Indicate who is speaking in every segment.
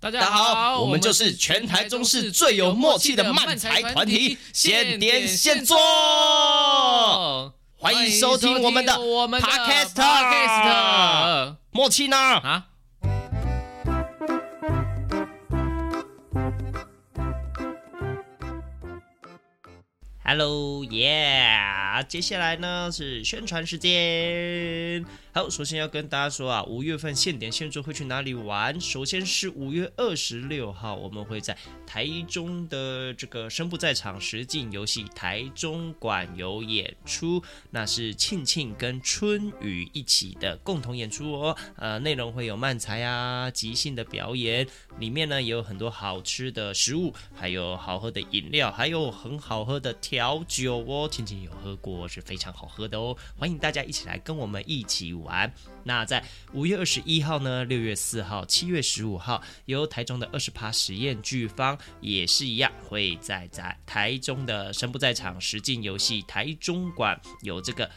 Speaker 1: 大
Speaker 2: 大家好，我们就是全台中市最有默契的慢才团体，现点现做。
Speaker 1: 哦
Speaker 2: 欢迎收听我们的
Speaker 1: 我们的
Speaker 2: Podcast
Speaker 1: Podcast
Speaker 2: 默契呢？
Speaker 1: 啊。
Speaker 2: Hello，yeah！接下来呢是宣传时间。好，首先要跟大家说啊，五月份现点现做会去哪里玩？首先是五月二十六号，我们会在台中的这个身不在场实境游戏台中馆有演出，那是庆庆跟春雨一起的共同演出哦。呃，内容会有漫才啊、即兴的表演，里面呢也有很多好吃的食物，还有好喝的饮料，还有很好喝的调酒哦。倩倩有喝过，是非常好喝的哦。欢迎大家一起来跟我们一起玩。那在五月二十一号呢、六月四号、七月十五号，由台中的二十趴实验剧方也是一样，会在在台中的身不在场实境游戏台中馆有这个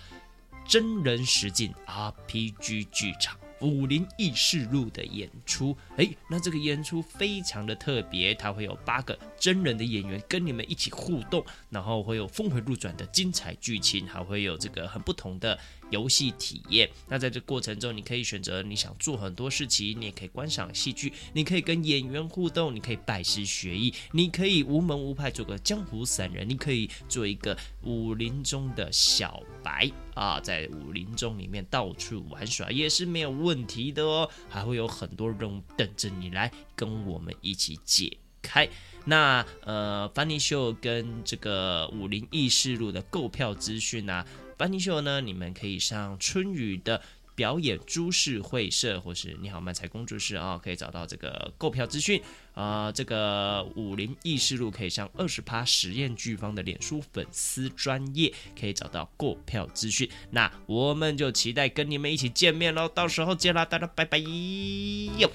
Speaker 2: 真人实境 RPG 剧场。武林议事录的演出，诶，那这个演出非常的特别，它会有八个真人的演员跟你们一起互动，然后会有峰回路转的精彩剧情，还会有这个很不同的游戏体验。那在这过程中，你可以选择你想做很多事情，你也可以观赏戏剧，你可以跟演员互动，你可以拜师学艺，你可以无门无派做个江湖散人，你可以做一个武林中的小白啊，在武林中里面到处玩耍也是没有问题的哦。还会有很多任务等着你来跟我们一起解开。那呃，凡妮秀跟这个武林议事录的购票资讯啊，凡妮秀呢，你们可以上春雨的。表演株式会社或是你好漫才工作室啊、可以找到这个购票资讯。啊，这个武林议事录可以上二十趴实验剧方的脸书粉丝专业，可以找到购票资讯。那我们就期待跟你们一起见面喽，到时候见啦，大家拜拜哟。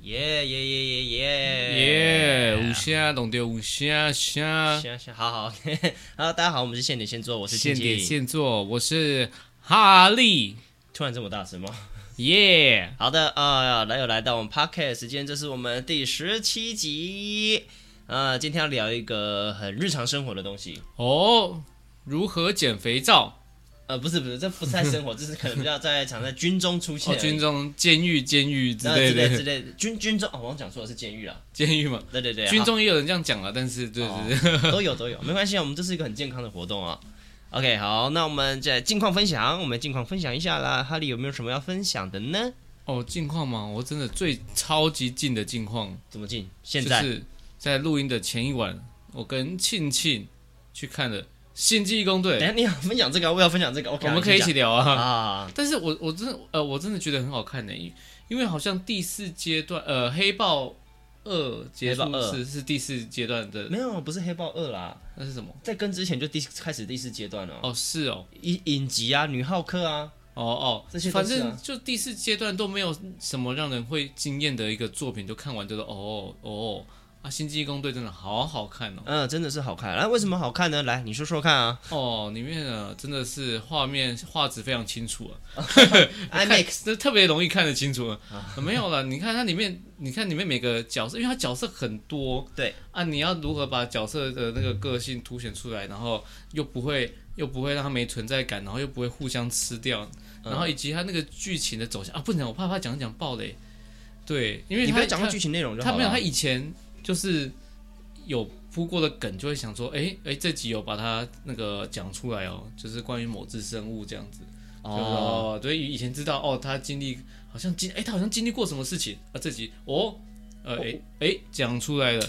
Speaker 2: 耶耶耶耶耶
Speaker 1: 耶，有声懂得啊有声声，
Speaker 2: 行行，好好 好，大家好，我们是现点现做，我是
Speaker 1: 现
Speaker 2: 倩
Speaker 1: 点
Speaker 2: 倩。
Speaker 1: 现做，我是哈利，
Speaker 2: 突然这么大声吗？
Speaker 1: 耶！
Speaker 2: 好的啊，来又来到我们 podcast 时间，这是我们第十七集。啊，今天要聊一个很日常生活的东西。
Speaker 1: 哦，如何减肥皂？
Speaker 2: 呃，不是不是，这不 太生活，这是可能比较在常在军中出现
Speaker 1: 哦，
Speaker 2: 而已、
Speaker 1: 军中、监狱、监狱之
Speaker 2: 那
Speaker 1: 类
Speaker 2: 之类之
Speaker 1: 的，
Speaker 2: 类的，军军中哦，我刚讲错了是监狱啊，哦
Speaker 1: 监狱嘛，
Speaker 2: 对对对，
Speaker 1: 军中也有人这样讲啊，但是对对对，
Speaker 2: 好都有都有，没关系啊，我们这是一个很健康的活动啊。OK，好，那我们在近况分享，我们近况分享一下啦。哈利有没有什么要分享的呢？
Speaker 1: 哦，近况嘛，我真的最超级近的近况，
Speaker 2: 怎么进？现
Speaker 1: 就
Speaker 2: 在、
Speaker 1: 是在录音的前一晚，我跟庆庆去看了《星际义工队
Speaker 2: 等一》，下你要分享这个，我要分享这个，OK，
Speaker 1: 我
Speaker 2: 好
Speaker 1: 们可以一
Speaker 2: 你
Speaker 1: 起
Speaker 2: 先
Speaker 1: 聊
Speaker 2: 讲
Speaker 1: 啊。
Speaker 2: 啊。
Speaker 1: 但是我我真的呃，我真的觉得很好看的、因因为好像第四阶段呃，黑豹二结束
Speaker 2: 黑豹二
Speaker 1: 是是第四阶段的，
Speaker 2: 没有，不是黑豹二啦，
Speaker 1: 那是什么？
Speaker 2: 在跟之前就第开始第四阶段了、
Speaker 1: 哦，是哦，
Speaker 2: 影影集啊，女浩克啊，
Speaker 1: 哦哦，
Speaker 2: 这些都
Speaker 1: 反
Speaker 2: 是啊
Speaker 1: 正就第四阶段都没有什么让人会惊艳的一个作品，就看完就是哦哦啊，《星际义工队》真的好好看哦
Speaker 2: 嗯、真的是好看。那、为什么好看呢？来，你说说看啊。
Speaker 1: 哦，里面呢真的是画面画质非常清楚啊， 看
Speaker 2: IMAX
Speaker 1: 这特别容易看得清楚啊。没有 了，你看它里面，你看里面每个角色，因为它角色很多，
Speaker 2: 对
Speaker 1: 啊，你要如何把角色的那个个性凸显出来，然后又不会又不会让它没存在感，然后又不会互相吃掉，
Speaker 2: 嗯
Speaker 1: 然后以及它那个剧情的走向啊，不能，我怕怕讲一讲爆雷。对，因为
Speaker 2: 你不
Speaker 1: 它
Speaker 2: 要讲到剧情内容就好
Speaker 1: 他
Speaker 2: 了。
Speaker 1: 没有，他以前就是有铺过的梗，就会想说，哎、哎、这集有把它那个讲出来哦，就是关于某只生物这样子。就是
Speaker 2: 哦，
Speaker 1: 哦，对，以前知道哦，他经历好像经，哎、他好像经历过什么事情啊？这集哦，呃，哎、哎、讲出来了，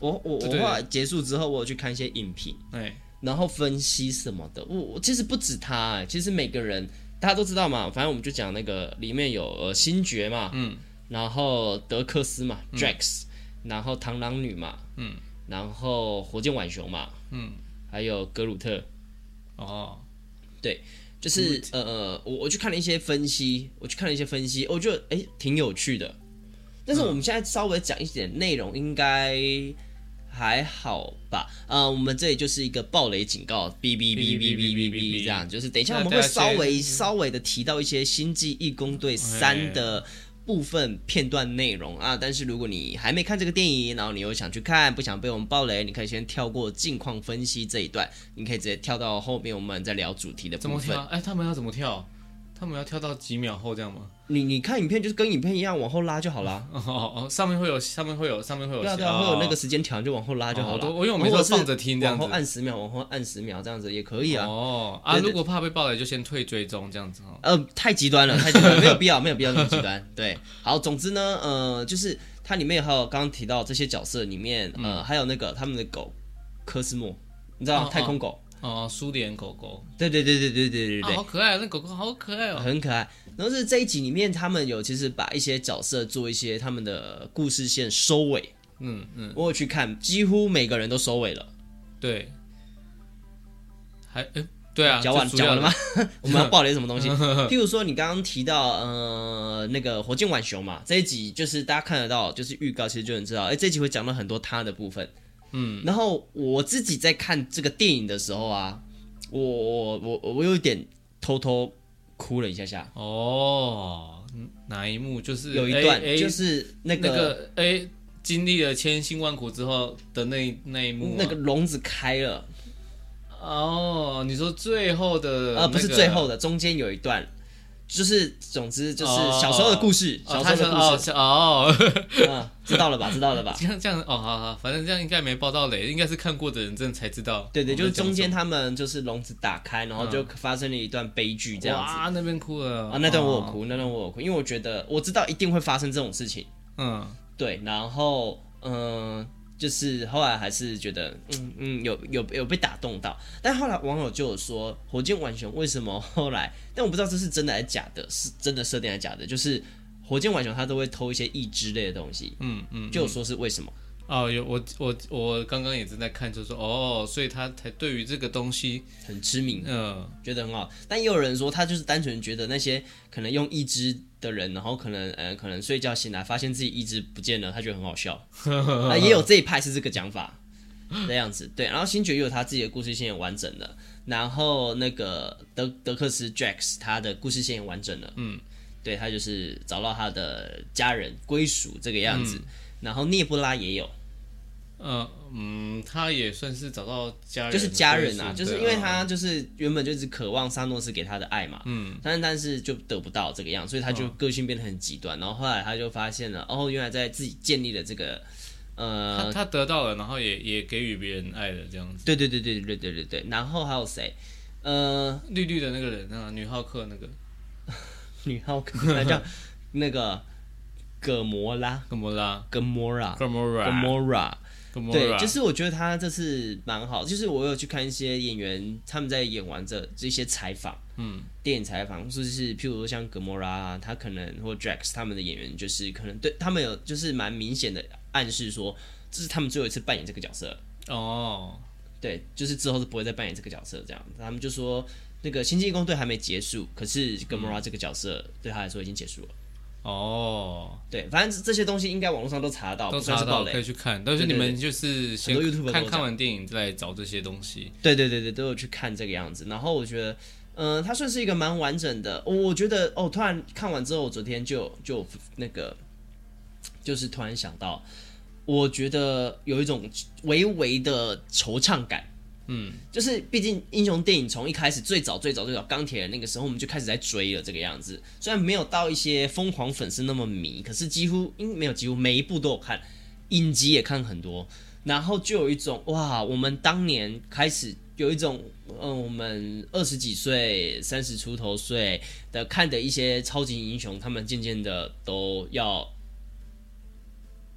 Speaker 2: 我我
Speaker 1: 对
Speaker 2: 我
Speaker 1: 对
Speaker 2: 后来结束之后，我有去看一些影评，
Speaker 1: 哎、
Speaker 2: 然后分析什么的。我我其实不止他、哎其实每个人大家都知道嘛，反正我们就讲那个里面有呃星爵嘛，嗯，然后德克斯嘛，Drax，、然后螳螂女嘛，嗯，然后火箭浣熊嘛，嗯，还有格鲁特，
Speaker 1: 哦，
Speaker 2: 就是呃呃，我我去看了一些分析，我去看了一些分析，我觉得哎、诶挺有趣的。但是我们现在稍微讲一点内容，应该还好吧？呃，我们这里就是一个暴雷警告，哔哔哔哔哔哔哔这样，就是等一下我们会稍微稍微的提到一些《星际义工队三》的部分片段内容啊。但是如果你还没看这个电影，然后你又想去看，不想被我们暴雷，你可以先跳过近况分析这一段，你可以直接跳到后面我们再聊主题的
Speaker 1: 怎
Speaker 2: 部
Speaker 1: 么
Speaker 2: 分
Speaker 1: 跳。？哎，他们要怎么跳？他们要跳到几秒后这样吗？
Speaker 2: 你你看影片就是跟影片一样往后拉就好啦。
Speaker 1: 哦哦，哦上面会有，上面会有，上面会有，
Speaker 2: 对啊对
Speaker 1: 哦
Speaker 2: 啊，会有那个时间条，你就往后拉就好
Speaker 1: 哦
Speaker 2: 了。
Speaker 1: 我因为我每次
Speaker 2: 或
Speaker 1: 都
Speaker 2: 者是
Speaker 1: 放着听这样
Speaker 2: 往后
Speaker 1: 子。
Speaker 2: 按十秒，往后按十秒这样子也可以啊。
Speaker 1: 哦啊，
Speaker 2: 对对
Speaker 1: 如果怕被爆雷，就先退追踪这样子哦。
Speaker 2: 呃，太极端了，太极端了，没有必要，没有 必要那么极端。对，好，总之呢，呃，就是它里面还有刚刚提到这些角色里面，呃，还有那个他们的狗科斯莫，你知道吗
Speaker 1: 嗯哦
Speaker 2: 太空狗？
Speaker 1: 哦，苏联狗狗，
Speaker 2: 对对对对对对对对
Speaker 1: 啊，好可爱，那狗狗好可爱哦。
Speaker 2: 很可爱。然后是这一集里面，他们有其实把一些角色做一些他们的故事线收尾，
Speaker 1: 嗯嗯，
Speaker 2: 我有去看，几乎每个人都收尾了。
Speaker 1: 对。还哎，对啊，
Speaker 2: 讲完
Speaker 1: 就主要
Speaker 2: 讲完了吗？ 我们要爆雷什么东西？譬如说你刚刚提到呃那个火箭浣熊嘛，这一集就是大家看得到，就是预告其实就能知道，哎、这一集会讲到很多它的部分。嗯，然后我自己在看这个电影的时候啊，我我我我有一点偷偷哭了一下下，
Speaker 1: 哦，哪一幕就是
Speaker 2: 有一段
Speaker 1: A- A-
Speaker 2: 就是那
Speaker 1: 呃哎那
Speaker 2: 个
Speaker 1: 个哎，经历了千辛万苦之后的那那一幕啊，
Speaker 2: 那个笼子开了，
Speaker 1: 哦，你说最后的
Speaker 2: 呃，不是
Speaker 1: 那个
Speaker 2: 最后的，中间有一段。就是，总之就是
Speaker 1: 哦
Speaker 2: 小时候的故事，
Speaker 1: 哦，
Speaker 2: 小
Speaker 1: 他
Speaker 2: 时
Speaker 1: 说
Speaker 2: 候的
Speaker 1: 哦
Speaker 2: 故事，
Speaker 1: 是哦，
Speaker 2: 嗯，知道了吧？知道了吧？
Speaker 1: 这样这样哦，好好，反正这样应该没报到雷，应该是看过的人真的才知道。
Speaker 2: 对对，
Speaker 1: 我
Speaker 2: 就
Speaker 1: 们在
Speaker 2: 是
Speaker 1: 讲
Speaker 2: 中间
Speaker 1: 什么
Speaker 2: 他们就是笼子打开，然后就发生了一段悲剧这样子。
Speaker 1: 哇，那边哭了哦
Speaker 2: 啊，那段我有，哭，那段我有哭，因为我觉得我知道一定会发生这种事情。
Speaker 1: 哦
Speaker 2: 对，然后嗯、就是后来还是觉得嗯嗯有有有被打动到，但后来网友就有说火箭浣熊为什么后来，但我不知道这是真的还是假的，是真的设定还是假的，就是火箭浣熊它都会偷一些益智类的东西，
Speaker 1: 嗯嗯嗯，
Speaker 2: 就有说是为什么。
Speaker 1: 哦有我我我刚刚也正在看，就说哦，所以他才对于这个东西，
Speaker 2: 很知名，
Speaker 1: 嗯
Speaker 2: 觉得很好，但也有人说他就是单纯觉得那些可能用义肢的人，然后可能呃可能睡觉醒来发现自己义肢不见了，他觉得很好笑。啊，也有这一派是这个讲法，这样子对。然后星爵也有他自己的故事线也完整了，然后那个德德克斯 Jax 他的故事线也完整了，嗯，对他就是找到他的家人归属这个样子。然后涅布拉也有，
Speaker 1: 嗯嗯，他也算是找到家人，
Speaker 2: 就是家人啊，
Speaker 1: 对
Speaker 2: 就是因为他就是原本就一直渴望萨诺斯给他的爱嘛，
Speaker 1: 嗯，
Speaker 2: 但但是就得不到这个样，所以他就个性变得很极端。然后后来他就发现了，哦，原来在自己建立了这个，
Speaker 1: 他
Speaker 2: 呃，
Speaker 1: 他得到了，然后也也给予别人爱的这样子。
Speaker 2: 对对对对对对对对。然后还有谁？呃，
Speaker 1: 绿绿的那个人啊，女浩克那个
Speaker 2: 女浩克，那叫那个葛摩拉，
Speaker 1: 格莫拉，
Speaker 2: 葛摩拉，
Speaker 1: 格莫
Speaker 2: 葛
Speaker 1: 拉，
Speaker 2: 摩拉。
Speaker 1: 格莫
Speaker 2: 对，
Speaker 1: 拉，
Speaker 2: 就是我觉得他这次蛮好，就是我有去看一些演员他们在演完这这些采访，
Speaker 1: 嗯，
Speaker 2: 电影采访，就是譬如说像葛莫拉啊，他可能或 Drax 他们的演员，就是可能对他们有就是蛮明显的暗示说，这是他们最后一次扮演这个角色了，
Speaker 1: 哦，
Speaker 2: 对，就是之后是不会再扮演这个角色这样，他们就说那个星际义工队还没结束，可是葛莫拉这个角色对他来说已经结束了，
Speaker 1: 哦，
Speaker 2: 对，反正这些东西应该网络上都查得到，
Speaker 1: 都
Speaker 2: 哦不算
Speaker 1: 查
Speaker 2: 是
Speaker 1: 到
Speaker 2: 暴
Speaker 1: 可以
Speaker 2: 雷，
Speaker 1: 去看，但是你们就是先
Speaker 2: 很多 YouTuber 都有
Speaker 1: 看
Speaker 2: 讲
Speaker 1: 看完电影再来找这些东西。
Speaker 2: 对对对对，都有去看这个样子，然后我觉得。嗯，它算是一个蛮完整的。我我觉得哦，突然看完之后，我昨天就就那个，就是突然想到，我觉得有一种微微的惆怅感。嗯，就是毕竟英雄电影从一开始最早最早最早钢铁人那个时候，我们就开始在追了这个样子。虽然没有到一些疯狂粉丝那么迷，可是几乎因没有几乎每一部都有看，影集也看很多，然后就有一种哇，我们当年开始有一种嗯，我们二十几岁、三十出头岁的看的一些超级英雄，他们渐渐的都要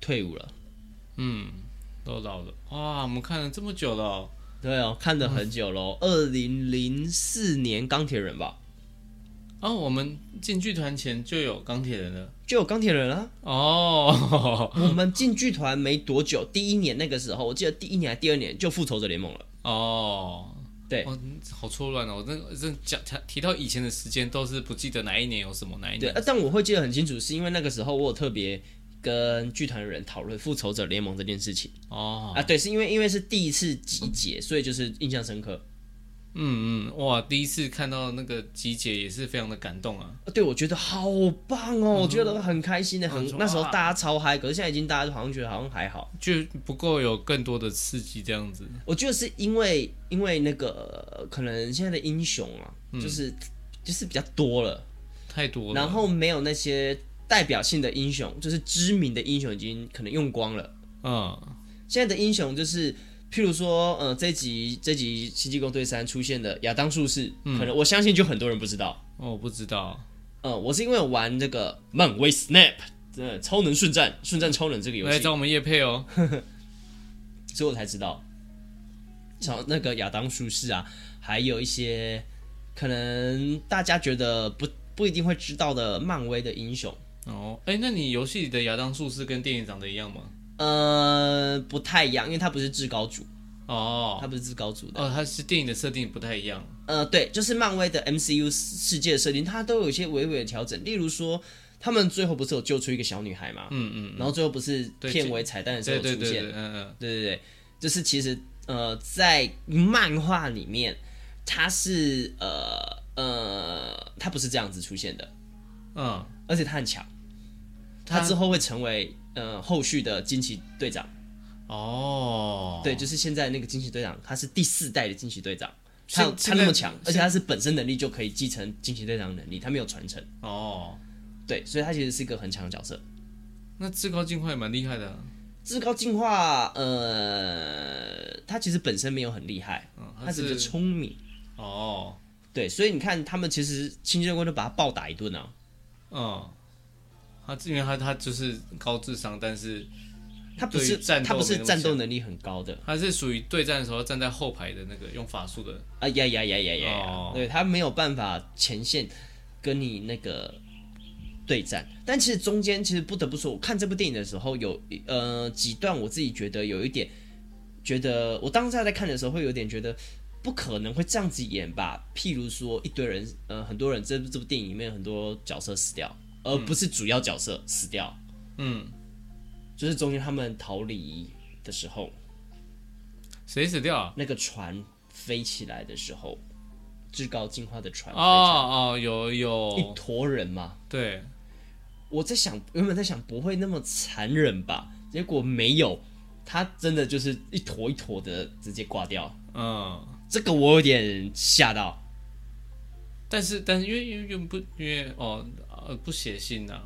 Speaker 2: 退伍了。
Speaker 1: 嗯，都老了哇，我们看了这么久了哦、
Speaker 2: 对哦，看了很久喽，二零零四年钢铁人吧，
Speaker 1: 哦，我们进剧团前就有钢铁人了。
Speaker 2: 就有钢铁人啊。
Speaker 1: 哦
Speaker 2: 我们进剧团没多久，第一年那个时候，我记得第一年还第二年就复仇者联盟了。
Speaker 1: 哦，
Speaker 2: 对
Speaker 1: 哦，好错乱哦！那个真的讲提到以前的时间，都是不记得哪一年有什么，哪一
Speaker 2: 对，
Speaker 1: 年
Speaker 2: 啊但我会记得很清楚，是因为那个时候我有特别跟剧团的人讨论《复仇者联盟》这件事情
Speaker 1: 哦，
Speaker 2: 啊。对，是因为因为是第一次集结，所以就是印象深刻。
Speaker 1: 嗯嗯，哇，第一次看到那个集结也是非常的感动啊，
Speaker 2: 啊对，我觉得好棒
Speaker 1: 嗯
Speaker 2: 哦，我觉得很开心的，很
Speaker 3: 嗯
Speaker 2: 那时候大家超嗨，可是现在已经大家好像觉得好像还好。
Speaker 1: 就不够有更多的刺激这样子。
Speaker 2: 我觉得是因为因为那个呃可能现在的英雄啊，就是、就是比较多了，
Speaker 1: 太嗯多了。
Speaker 2: 然后没有那些代表性的英雄，就是知名的英雄已经可能用光了。
Speaker 1: 嗯，
Speaker 2: 现在的英雄就是，譬如说，呃，这集这集《星际攻队三》出现的亚当术士，
Speaker 1: 嗯
Speaker 2: 可能我相信就很多人不知道。
Speaker 1: 哦我不知道，
Speaker 2: 呃，我是因为有玩这个漫威 Snap，呃，超能瞬战、瞬战超人这个游
Speaker 1: 来
Speaker 2: 戏，
Speaker 1: 找我们叶配哦。
Speaker 2: 所以我才知道，像那个亚当术士啊，还有一些可能大家觉得不不一定会知道的漫威的英雄，
Speaker 1: 哦，哎，那你游戏里的亚当术士跟电影长得一样吗？
Speaker 2: 呃，不太一样，因为他不是至高组，
Speaker 1: 哦
Speaker 2: 他不是至高组的。
Speaker 1: 哦，它是电影的设定不太一样。
Speaker 2: 呃，对，就是漫威的 MCU 世界的设定，它都有一些微微的调整。例如说，他们最后不是有救出一个小女孩嘛？嗯嗯。然后最后不是
Speaker 1: 对
Speaker 2: 片尾彩蛋的时候
Speaker 1: 对
Speaker 2: 有出
Speaker 1: 对
Speaker 2: 现？
Speaker 1: 对对，嗯
Speaker 2: 对对对就是其实呃，在漫画里面，它是呃呃，它不是这样子出现的，
Speaker 1: 嗯嗯，
Speaker 2: 而且它很强，它之后会成为呃后续的惊奇队长。
Speaker 1: 哦，
Speaker 2: 对，就是现在那个惊奇队长，他是第四代的惊奇队长，
Speaker 1: 现
Speaker 2: 他
Speaker 1: 现
Speaker 2: 有他
Speaker 1: 在
Speaker 2: 那么强，而
Speaker 1: 现
Speaker 2: 且他是本身能力就可以继承惊奇队长的能力，他没有传承，
Speaker 1: 哦，
Speaker 2: 对，所以他其实是一个很强的角色。
Speaker 1: 那至高进化也蛮厉害的啊。
Speaker 2: 至高进化，呃，他其实本身没有很厉害，
Speaker 1: 嗯，
Speaker 2: 他哦只是聪明，
Speaker 1: 哦，
Speaker 2: 对，所以你看他们其实清洁工都把他暴打一顿啊，
Speaker 1: 嗯，他因为他他就是高智商，但是
Speaker 2: 他不
Speaker 1: 对
Speaker 2: 是
Speaker 1: 于战斗
Speaker 2: 他不是
Speaker 1: 没那么
Speaker 2: 战斗
Speaker 1: 强
Speaker 2: 能力很高的，
Speaker 1: 他是属于对战的时候站在后排的那个用法术的。
Speaker 2: 啊呀呀呀呀呀
Speaker 1: 哦
Speaker 2: 呀！对他没有办法前线跟你那个对战，但其实中间其实不得不说，我看这部电影的时候有呃几段我自己觉得有一点，觉得我当下在看的时候会有点觉得不可能会这样子演吧。譬如说一堆人呃很多人这这部电影里面很多角色死掉，而不是主要角色死掉，
Speaker 1: 嗯，
Speaker 2: 就是中间他们逃离的时候，
Speaker 1: 谁死掉啊？
Speaker 2: 那个船飞起来的时候，至高进化的船飞起来。
Speaker 1: 哦哦，有
Speaker 2: 一
Speaker 1: 有，
Speaker 2: 坨人嘛。
Speaker 1: 对，
Speaker 2: 我在想，原本在想不会那么残忍吧，结果没有，他真的就是一坨一坨的直接挂掉。
Speaker 1: 嗯。
Speaker 2: 这个我有点吓到，
Speaker 1: 但是，但是因为因为因为不因为哦呃不写信呐、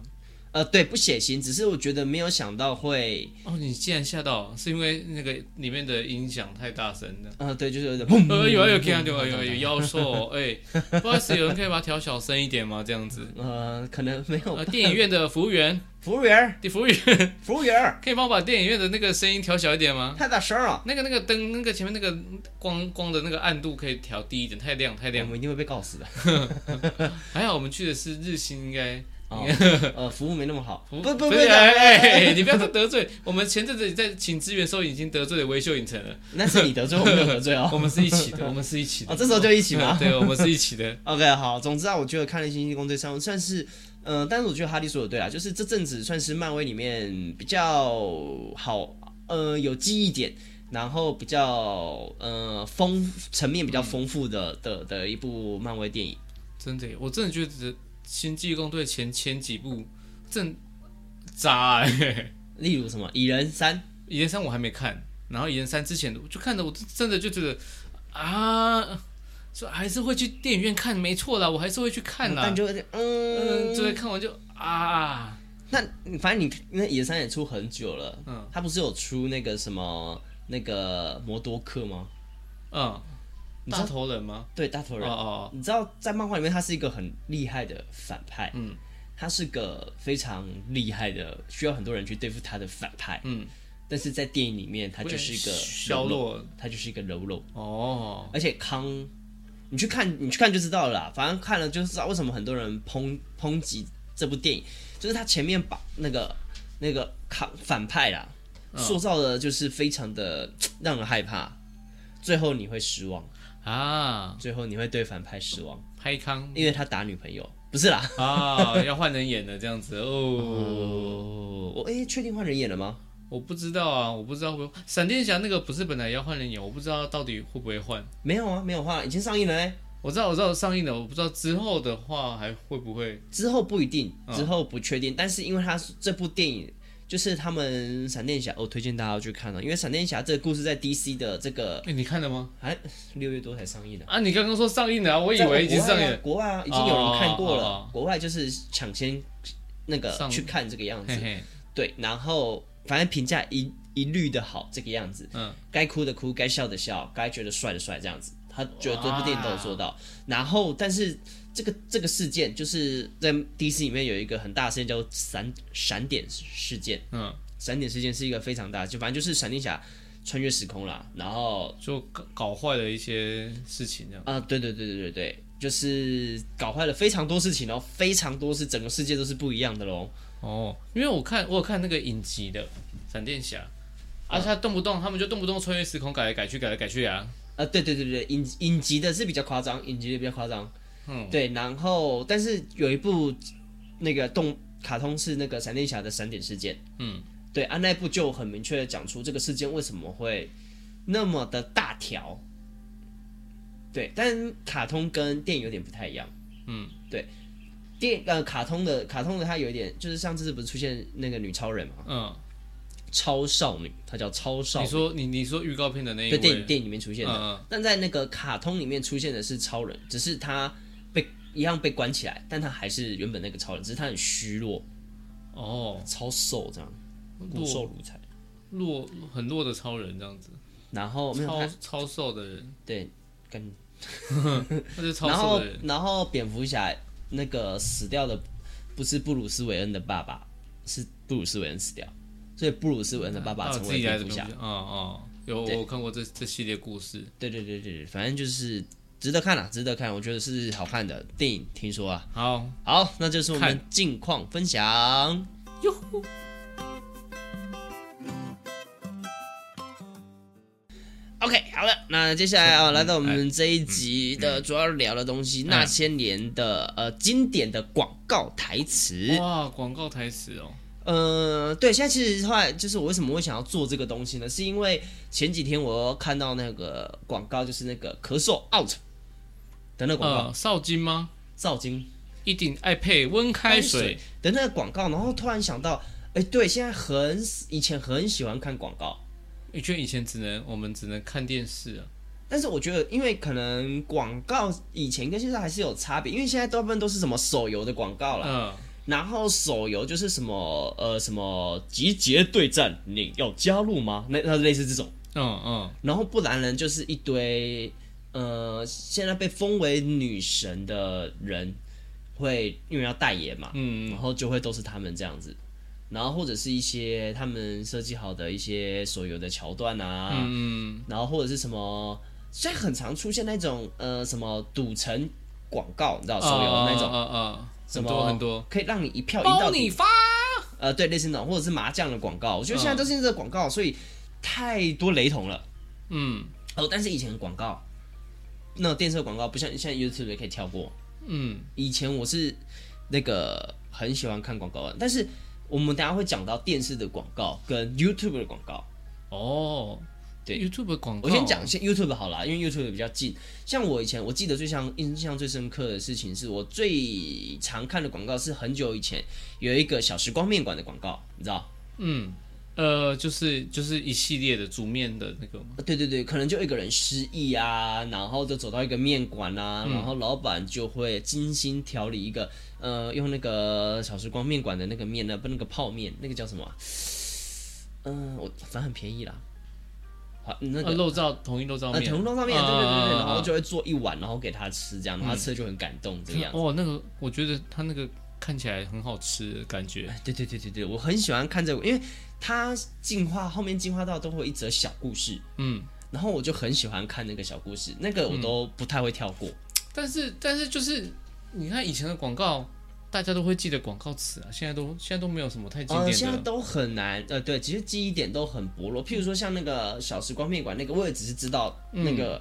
Speaker 2: 呃，对，不血腥，只是我觉得没有想到会，
Speaker 1: 哦，你竟然吓到，是因为那个里面的音响太大声了。
Speaker 2: 呃，对，就是有点砰，
Speaker 1: 呃，有啊有听到有啊有啊有妖兽，哎、不好意思，有人可以把它调小声一点吗？这样子。
Speaker 2: 呃，可能没有
Speaker 1: 呃，电影院的服务员，
Speaker 2: 服务员，
Speaker 1: 服务员，
Speaker 2: 服务员
Speaker 1: 可以帮我把电影院的那个声音调小一点吗？
Speaker 2: 太大声了，
Speaker 1: 那个那个灯，那个前面那个光光的那个暗度可以调低一点，太亮太
Speaker 2: 哦我
Speaker 1: 亮。
Speaker 2: 们一定会被告死的。
Speaker 1: 还好我们去的是日新，应该
Speaker 2: 哦、呃，服务没那么好，不不不，
Speaker 1: 是哎哎，你不要说得罪。我们前阵子在请支援的时候已经得罪了维修影城了，
Speaker 2: 那是你得罪，我没有得罪
Speaker 1: 我
Speaker 2: 哦。
Speaker 1: 们是一起的，我们是一起的
Speaker 2: 哦，。这时候就一起吗
Speaker 1: 嗯？对，我们是一起的。
Speaker 2: OK，好，总之啊，我觉得看了《星际公队三》算是，呃，但是我觉得哈利说的对啊，就是这阵子算是漫威里面比较好，呃，有记忆点，然后比较呃丰层面比
Speaker 1: 嗯
Speaker 2: 较丰富的、的的一部漫威电影。
Speaker 1: 真的耶，我真的觉得《星际攻队》前前几部正渣哎、
Speaker 2: 例如什么《蚁人三》，
Speaker 1: 蚁人三我还没看，然后蚁人三之前的我就看的，我真的就觉得啊，就还是会去电影院看，没错啦，我还是会去看啦
Speaker 2: 但。就有点嗯，
Speaker 1: 嗯，就会看完就啊，
Speaker 2: 那反正你那《蚁人三》也出很久了，
Speaker 1: 嗯，
Speaker 2: 他不是有出那个什么那个摩多克吗？
Speaker 1: 嗯，
Speaker 2: 你知
Speaker 1: 大
Speaker 2: 道
Speaker 1: 头人吗？
Speaker 2: 对，大头
Speaker 1: 哦
Speaker 2: 人。
Speaker 1: 哦，
Speaker 2: 你知道，在漫画里面，他是一个很厉害的反派，
Speaker 1: 嗯，
Speaker 2: 他是个非常厉害的，需要很多人去对付他的反派，
Speaker 1: 嗯，
Speaker 2: 但是在电影里面，他就是一个
Speaker 1: 削
Speaker 2: 柔
Speaker 1: 弱
Speaker 2: 他就是一个柔柔，
Speaker 1: 哦，
Speaker 2: 而且康，你去看，你去看就知道了啦，反正看了就知道为什么很多人抨抨击这部电影，就是他前面把那个那个康反派啦，
Speaker 1: 嗯
Speaker 2: 塑造的就是非常的让人害怕，最后你会失望。
Speaker 1: 啊，
Speaker 2: 最后你会对反派失望，
Speaker 1: 拍康
Speaker 2: 因为他打女朋友，不是啦。
Speaker 1: 啊，要换人演的这样子哦。
Speaker 2: 哦，我哎，确定换人演了吗？
Speaker 1: 我不知道啊，我不知道会不会闪电侠那个不是本来要换人演，我不知道到底会不会换。
Speaker 2: 没有啊，没有换，已经上映了嘞。
Speaker 1: 我知道我知道上映了，我不知道之后的话还会不会
Speaker 2: 之后不一定，
Speaker 1: 嗯
Speaker 2: 之后不确定。但是因为他这部电影，就是他们闪电侠，我推荐大家要去看哦，因为闪电侠这个故事在 DC 的这个
Speaker 1: 哎、你看了吗？
Speaker 2: 还六月多才上映的、
Speaker 1: 啊，你刚刚说上映了、啊，我以为已经上映
Speaker 2: 在
Speaker 1: 了。
Speaker 2: 国外啊，国外啊已经有人看过了，
Speaker 1: 哦哦哦
Speaker 2: 国外就是抢先那个
Speaker 1: 上
Speaker 2: 去看这个样子
Speaker 1: 嘿，嘿，
Speaker 2: 对，然后反正评价一一律的好这个样子，
Speaker 1: 嗯，
Speaker 2: 该哭的哭，该笑的笑，该觉得帅的帅，这样子，他觉得这部电影都有做到。然后，但是这个这个事件就是在 DC 里面有一个很大的事件叫做闪闪点事件，
Speaker 1: 嗯，
Speaker 2: 闪点事件是一个非常大的，就反正就是闪电侠穿越时空啦，然后
Speaker 1: 就搞搞坏了一些事情这样。
Speaker 2: 啊，对对对对对对，就是搞坏了非常多事情哦，非常多是整个世界都是不一样的喽。
Speaker 1: 哦，因为我看我有看那个影集的闪电侠，而
Speaker 2: 嗯
Speaker 1: 且他动不动他们就动不动穿越时空改来改去改来改去啊。
Speaker 2: 啊，对对对对，影影集的是比较夸张，影集的比较夸张。
Speaker 1: 嗯，
Speaker 2: 对，然后但是有一部那个动卡通是那个闪电侠的闪点事件，
Speaker 1: 嗯，
Speaker 2: 对啊，那一部就很明确的讲出这个事件为什么会那么的大条。对，但卡通跟电影有点不太一样。
Speaker 1: 嗯，
Speaker 2: 对，电呃卡通的卡通的它有一点就是上次不是出现那个女超人嘛，
Speaker 1: 嗯，
Speaker 2: 超少女，她叫超少
Speaker 1: 你
Speaker 2: 女，
Speaker 1: 说你你说预告片的那一
Speaker 2: 对电影
Speaker 1: 位，
Speaker 2: 电影里面出现的。
Speaker 1: 嗯
Speaker 2: 但在那个卡通里面出现的是超人，只是他被一样被关起来，但他还是原本那个超人，只是他很虚弱，
Speaker 1: 哦，
Speaker 2: 超瘦这样，骨瘦
Speaker 1: 弱
Speaker 2: 如柴。
Speaker 1: 弱很弱的超人这样子，
Speaker 2: 然后没有
Speaker 1: 超
Speaker 2: 他
Speaker 1: 超瘦的人，
Speaker 2: 对，跟
Speaker 1: 那是超
Speaker 2: 然
Speaker 1: 瘦
Speaker 2: 后
Speaker 1: 的人。
Speaker 2: 然后蝙蝠侠那个死掉的不是布鲁斯韦恩的爸爸，是布鲁斯韦恩死掉，所以布鲁斯韦恩的爸爸
Speaker 1: 到
Speaker 2: 成
Speaker 1: 啊自
Speaker 2: 为
Speaker 1: 己来
Speaker 2: 蝙
Speaker 1: 的
Speaker 2: 蝠
Speaker 1: 东西
Speaker 2: 侠。，
Speaker 1: 嗯嗯，有我
Speaker 2: 对嗯
Speaker 1: 有看过这这系列故事，
Speaker 2: 对对对对对，反正就是值得看啊，值得看，我觉得是好看的电影，听说啊。
Speaker 1: 好，
Speaker 2: 好，那就是我们近况分享。
Speaker 1: 哟呼，
Speaker 2: OK，好了，那接下来啊、来到我们这一集的主要聊的东西，那些年的呃经典的广告台词。
Speaker 1: 哇，广告台词哦，
Speaker 2: 呃，对，现在其实后来就是我为什么会想要做这个东西呢？是因为前几天我看到那个广告，就是那个咳嗽 out 的那个广告，
Speaker 1: 呃，少金吗？
Speaker 2: 赵晶
Speaker 1: 一定爱配温开水，
Speaker 2: 的那个广告，然后突然想到，哎，对，现在很以前很喜欢看广告，
Speaker 1: 因为以前只能我们只能看电视啊，
Speaker 2: 但是我觉得，因为可能广告以前跟现在还是有差别，因为现在大部分都是什么手游的广告啦，
Speaker 1: 嗯，
Speaker 2: 然后手游就是什么呃什么集结对战，你要加入吗？那那类似这种，
Speaker 1: 嗯嗯，
Speaker 2: 然后不然呢就是一堆呃现在被封为女神的人会因为要代言嘛，
Speaker 1: 嗯，
Speaker 2: 然后就会都是他们这样子。然后或者是一些他们设计好的一些手游的桥段啊，
Speaker 1: 嗯，
Speaker 2: 然后或者是什么，现在很常出现那种呃什么赌城广告，你知道手游那种，
Speaker 1: 啊啊，
Speaker 2: 什
Speaker 1: 很
Speaker 2: 么
Speaker 1: 多很多，
Speaker 2: 可以让你一票赢到
Speaker 1: 包
Speaker 2: 底
Speaker 1: 你发，
Speaker 2: 呃，对，类似那种，或者是麻将的广告，我觉得现在都是这个广告，所以太多雷同了。
Speaker 1: 嗯
Speaker 2: 哦，但是以前的广告，那种电视的广告不像现在 YouTube 也可以跳过。
Speaker 1: 嗯，
Speaker 2: 以前我是那个很喜欢看广告的，但是我们等一下会讲到电视的广告跟 YouTube 的广告。
Speaker 1: 哦，
Speaker 2: 对
Speaker 1: ，YouTube 广告，
Speaker 2: 我先讲一，下 YouTube 好了，因为 YouTube 比较近。像我以前，我记得最像印象最深刻的事情，是我最常看的广告是很久以前有一个小时光面馆的广告，你知道？
Speaker 1: 嗯，呃，就是就是一系列的煮面的那个嘛，
Speaker 2: 对对对，可能就一个人失忆啊，然后就走到一个面馆啊，然
Speaker 1: 嗯
Speaker 2: 后老板就会精心调理一个，呃，用那个小时光面馆的那个面呢，不那个泡面，那个叫什么啊？嗯、我反正很便宜啦。好，那个
Speaker 1: 啊肉燥统一肉燥
Speaker 2: 呃，
Speaker 1: 面，啊
Speaker 2: 腾笼上面，对对对对，然后
Speaker 1: 就
Speaker 2: 就会做一碗，然后给他吃，这样，然后他吃了就很感动，这 个样。
Speaker 1: 哦，那个我觉得他那个看起来很好吃的感觉，
Speaker 2: 对对对对对，我很喜欢看这个，因为它进化后面进化到都会有一则小故事，
Speaker 1: 嗯。
Speaker 2: 然后我就很喜欢看那个小故事，那个我都不太会跳过。
Speaker 1: 但是但是就是你看以前的广告，大家都会记得广告词啊，现在都现在都没有什么太经
Speaker 2: 呃，
Speaker 1: 典
Speaker 2: 现在
Speaker 1: 的。
Speaker 2: 都很难，呃，对，其实嗯记忆点都很薄弱。譬如说像那个小时光面馆那个，我也只是知道那个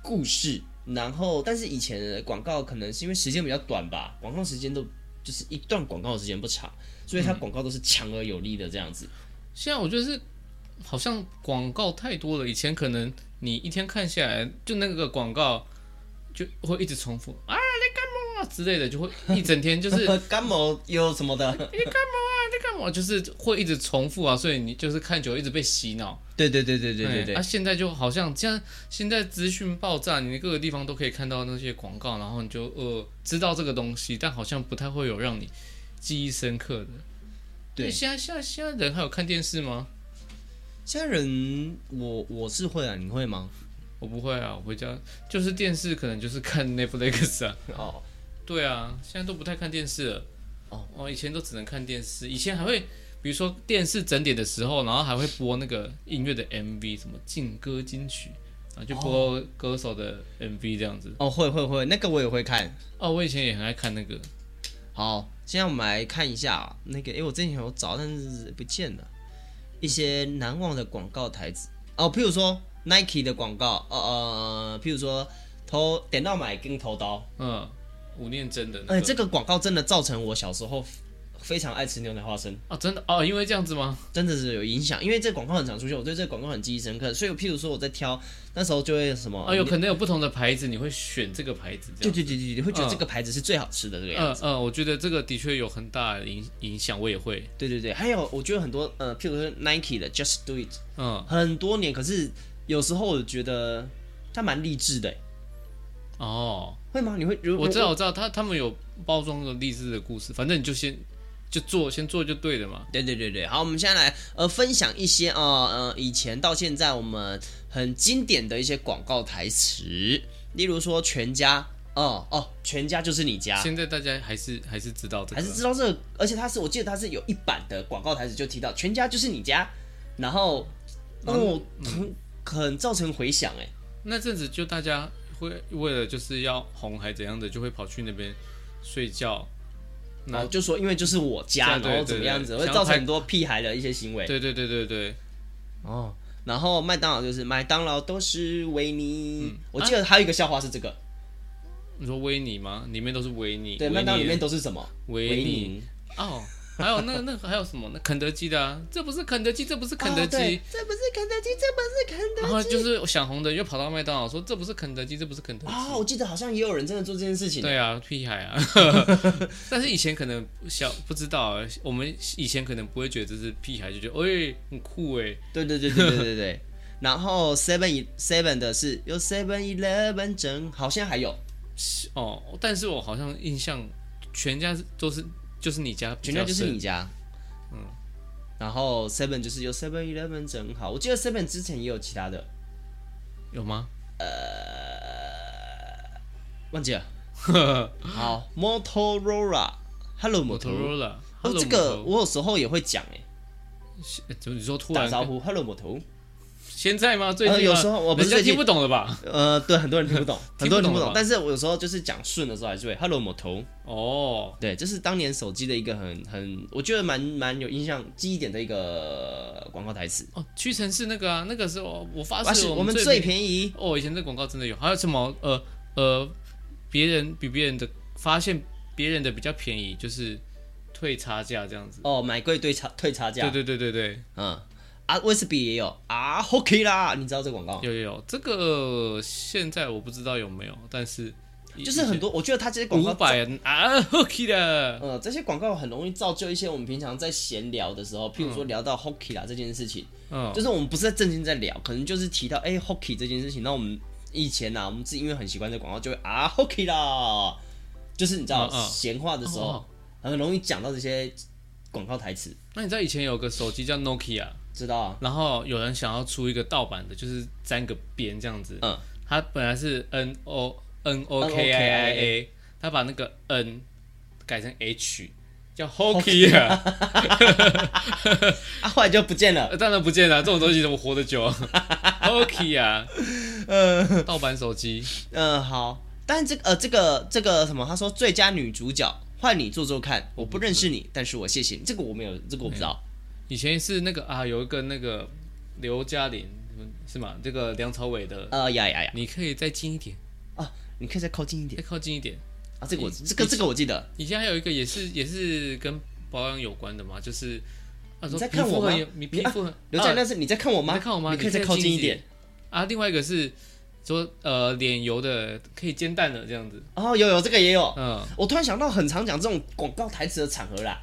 Speaker 2: 故事。然后，但是以前的广告可能是因为时间比较短吧，广告时间都就是一段广告的时间不长，所以它广告都是强而有力的这样子。
Speaker 1: 现在我觉得是好像广告太多了，以前可能你一天看下来，就那个广告就会一直重复啊，你干嘛之类的，就会一整天就是 你
Speaker 2: 呃干毛有什么的？
Speaker 1: 干嘛，就是会一直重复啊，所以你就是看久了一直被洗脑。
Speaker 2: 对对对对对对
Speaker 1: 哎
Speaker 2: 对
Speaker 1: 啊，，现在就好像这样，现在资讯爆炸，你各个地方都可以看到那些广告，然后你就呃知道这个东西，但好像不太会有让你记忆深刻的。
Speaker 2: 对
Speaker 1: 现在现在现在人还有看电视吗？
Speaker 2: 现在人我我是会啊，你会吗？
Speaker 1: 我不会啊，我回家就是电视，可能就是看 Netflix 啊。
Speaker 2: 哦，
Speaker 1: 对啊，现在都不太看电视了。
Speaker 2: 哦，
Speaker 1: 哦，以前都只能看电视，以前还会，比如说电视整点的时候，然后还会播那个音乐的 MV，什么劲歌金曲，然后就播歌手的 MV 这样子。
Speaker 2: 哦，会会会，那个我也会看。
Speaker 1: 哦，我以前也很爱看那个，
Speaker 2: 好，现在我们来看一下啊那个，诶，我之前有找，但是不见了。一些难忘的广告台词哦，譬如说 Nike 的广告，呃呃，譬如说头点到买跟头刀，
Speaker 1: 嗯，吴念真的那
Speaker 2: 哎、
Speaker 1: 个。
Speaker 2: 这个广告真的造成我小时候非常爱吃牛奶花生，
Speaker 1: 哦，真的哦，因为这样子吗？
Speaker 2: 真的是有影响，因为这广告很常出现，我对这个广告很记忆深刻，所以譬如说我在挑那时候就会什么，
Speaker 1: 哦，有可能有不同的牌子，你会选这个牌子这
Speaker 2: 对
Speaker 1: 样。
Speaker 2: 对对对对，会觉得这个牌子是最好吃的这个样子。
Speaker 1: 嗯嗯，我觉得这个的确有很大的影影响，我也会。
Speaker 2: 对对对，还有我觉得很多呃，譬如说 Nike 的 Just Do It，
Speaker 1: 嗯，
Speaker 2: 很多年，可是有时候我觉得它蛮励志的，欸
Speaker 1: 哦，
Speaker 2: 会吗？你会如
Speaker 1: 我知道，我知道，他他们有包装的励志的故事，反正你就先就做，先做就对了嘛。
Speaker 2: 对对对对，好，我们现在来呃分享一些啊呃以前到现在我们很经典的一些广告台词，例如说全家哦哦，全家就是你家，
Speaker 1: 现在大家还是还是知道这个，
Speaker 2: 啊还是知道这个，而且它是我记得它是有一版的广告台词就提到全家就是你家，然后
Speaker 1: 嗯
Speaker 2: 那我很很造成回响哎，
Speaker 1: 那阵子就大家会为了就是要红还怎样的，就会跑去那边睡觉。
Speaker 2: 然后哦就说因为就是我家，
Speaker 1: 对对
Speaker 2: 然后怎么样子
Speaker 1: 对
Speaker 2: 会
Speaker 1: 对
Speaker 2: 造成很多屁孩的一些行为
Speaker 1: 对对对对对，
Speaker 2: 哦。然后麦当劳就是麦当劳都是维尼，
Speaker 1: 嗯
Speaker 2: 我记得还有一个笑话是这个，
Speaker 1: 你说维尼吗？里面都是维尼，
Speaker 2: 对，
Speaker 1: 维
Speaker 2: 麦
Speaker 1: 尼
Speaker 2: 当劳里面都是什么？
Speaker 1: 维尼哦，还有那那 个还有什么？那肯德基的啊，这不是肯德基，这不是肯德
Speaker 2: 哦对
Speaker 1: 基。
Speaker 2: 这不是肯德基，这不是肯德基。
Speaker 1: 然后就是想红的又跑到麦当劳说这不是肯德基，这不是肯德基。
Speaker 2: 啊、我记得好像也有人真的做这件事情。
Speaker 1: 哦对啊，屁孩 啊！但是以前可能小不知道啊，我们以前可能不会觉得这是屁孩，就觉得哎、很酷哎、
Speaker 2: 对对对对对对对。 然后 Seven E- Seven 的是有 Seven Eleven 真好，现在还有
Speaker 1: 哦。但是我好像印象全家都是就是你家比
Speaker 2: 全
Speaker 1: 较
Speaker 2: 家
Speaker 1: 深，
Speaker 2: 就是你家。嗯。然后 Seven 就是有 Seven Eleven 真好，我记得 Seven 之前也有其他的，
Speaker 1: 有吗？
Speaker 2: 忘记了。好，Motorola，Hello Motorola。
Speaker 1: Motorola，
Speaker 2: 哦，
Speaker 1: Hello，
Speaker 2: 这个
Speaker 1: Motorola
Speaker 2: 我有时候也会讲哎，
Speaker 1: 呃怎么你说突
Speaker 2: 打
Speaker 1: 然
Speaker 2: 招呼，Hello Motorola。
Speaker 1: 现在吗？最近吗、
Speaker 2: 呃有时候我不是
Speaker 1: 人家
Speaker 2: 最近
Speaker 1: 听不懂了吧？
Speaker 2: 呃，对，很多人听不懂，很多人听
Speaker 1: 听
Speaker 2: 不
Speaker 1: 不懂
Speaker 2: 懂
Speaker 1: 吧。
Speaker 2: 但是我有时候就是讲顺的时候，还是会 “hello 某头
Speaker 1: 哦”。，
Speaker 2: 对，这是当年手机的一个很很，我觉得蛮蛮有印象、记忆点的一个广告台词。
Speaker 1: 哦，屈臣氏那个啊，那个时候我发
Speaker 2: 而
Speaker 1: 誓
Speaker 2: 且我们
Speaker 1: 最
Speaker 2: 最便宜，
Speaker 1: 哦，以前这广告真的有，还有什么呃呃，别人比别人的发现别人的比较便宜，就是退差价这样子。
Speaker 2: 哦，买贵对差退差
Speaker 1: 对
Speaker 2: 价。
Speaker 1: 对对对对，
Speaker 2: 嗯，啊，威士比也有啊，Hockey 啦，你知道这广告吗？
Speaker 1: 有有有，这个现在我不知道有没有，但是
Speaker 2: 就是很多，我觉得它这些广告
Speaker 1: 五，百啊 h o o k y 的，
Speaker 2: 呃，这些广告很容易造就一些我们平常在闲聊的时候，譬如说聊到 Hockey 啊啦这件事情，
Speaker 1: 嗯，
Speaker 2: 就是我们不是在正经在聊，可能就是提到哎、hockey 这件事情，那我们以前呐、啊，我们自己因为很喜欢这广告，就会啊 hockey 啦，就是你知道
Speaker 1: 嗯嗯
Speaker 2: 闲、话的时候，
Speaker 1: 哦
Speaker 2: 很容易讲到这些广告台词，
Speaker 1: 那你知道以前有个手机叫 Nokia，
Speaker 2: 知道啊？
Speaker 1: 然后有人想要出一个盗版的，就是粘个边这样子。
Speaker 2: 嗯，
Speaker 1: 他本来是 N O N O K I I A，他把那个 N 改成 H，叫 Hockey 啊，
Speaker 2: 啊，后来就不见了。
Speaker 1: 当然不见了，这种东西怎么活得 久？Hockey 啊， 呃，盗版手机
Speaker 2: 嗯、好，但这个呃这个这个什么，他说最佳女主角换你做做看，我不认识
Speaker 1: 嗯
Speaker 2: 你，但是我谢谢你，这个我没有，这个我不知道。
Speaker 1: 以前是那个啊，有一个那个刘嘉玲，是吗？这个梁朝伟的，
Speaker 2: 呃呀呀呀，哦
Speaker 1: 你可以再近一点，
Speaker 2: 你可以再靠近一
Speaker 1: 再
Speaker 2: 点
Speaker 1: 靠近一点。
Speaker 2: 啊，这个我
Speaker 1: 你
Speaker 2: 这个这个我记得，
Speaker 1: 以前还有一个也是也是跟保养有关的嘛，就是啊，
Speaker 2: 你
Speaker 1: 说
Speaker 2: 在
Speaker 1: 皮
Speaker 2: 看
Speaker 1: 肤
Speaker 2: 我吗
Speaker 1: 很有，你皮肤很
Speaker 2: 刘在
Speaker 1: 啊
Speaker 2: 那是你在看我吗？
Speaker 1: 你在看我吗？
Speaker 2: 你可以再
Speaker 1: 你
Speaker 2: 靠近
Speaker 1: 一
Speaker 2: 一点。
Speaker 1: 啊。另外一个是说呃脸油的可以煎蛋的这样子，
Speaker 2: 哦，有有这个也有，
Speaker 1: 嗯，
Speaker 2: 我突然想到，很常讲这种广告台词的场合啦，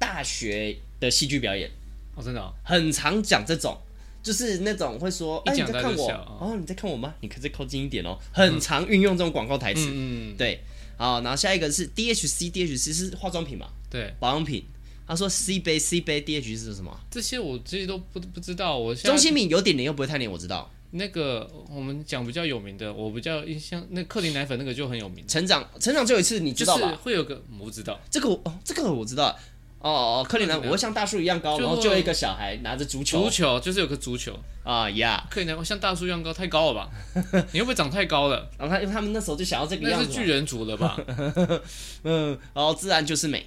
Speaker 2: 大学的戏剧表演
Speaker 1: 哦真的哦，
Speaker 2: 很常讲这种，就是那种会说，
Speaker 1: 一
Speaker 2: 哎、你
Speaker 1: 讲
Speaker 2: 在
Speaker 1: 大家
Speaker 2: 看
Speaker 1: 就
Speaker 2: 我
Speaker 1: 笑啊
Speaker 2: 哦，你在看我吗？你可以再靠近一点哦，很常运用这种广告台词。
Speaker 1: 嗯嗯
Speaker 2: 对，好，然后下一个是 DHC，DHC 是化妆品嘛，
Speaker 1: 对，
Speaker 2: 保养品。他说 C 杯 C 杯 DHC 是什么？
Speaker 1: 这些我自己都不不知道，我现
Speaker 2: 中
Speaker 1: 在
Speaker 2: 心敏有点黏又不会太黏，我知道。
Speaker 1: 那个我们讲比较有名的，我比较印象那克林奶粉那个就很有名，
Speaker 2: 成长成长就有一次，你
Speaker 1: 就
Speaker 2: 知
Speaker 1: 是
Speaker 2: 道吧？
Speaker 1: 会有个我不知道，
Speaker 2: 这个我哦，这个我知道。哦哦，克林兰我会像大树一样高，
Speaker 1: 就
Speaker 2: 然后就有一个小孩拿着足球
Speaker 1: 足球就是有个足球，
Speaker 2: 啊呀，
Speaker 1: 克林奶粉哦像大树一样高，太高了 吧？你会不会长太高了？
Speaker 2: 然后他他们那时候就想要这个
Speaker 1: 那
Speaker 2: 样
Speaker 1: 是
Speaker 2: 子嘛
Speaker 1: 巨，人族了吧？
Speaker 2: 嗯，然后自然就是美，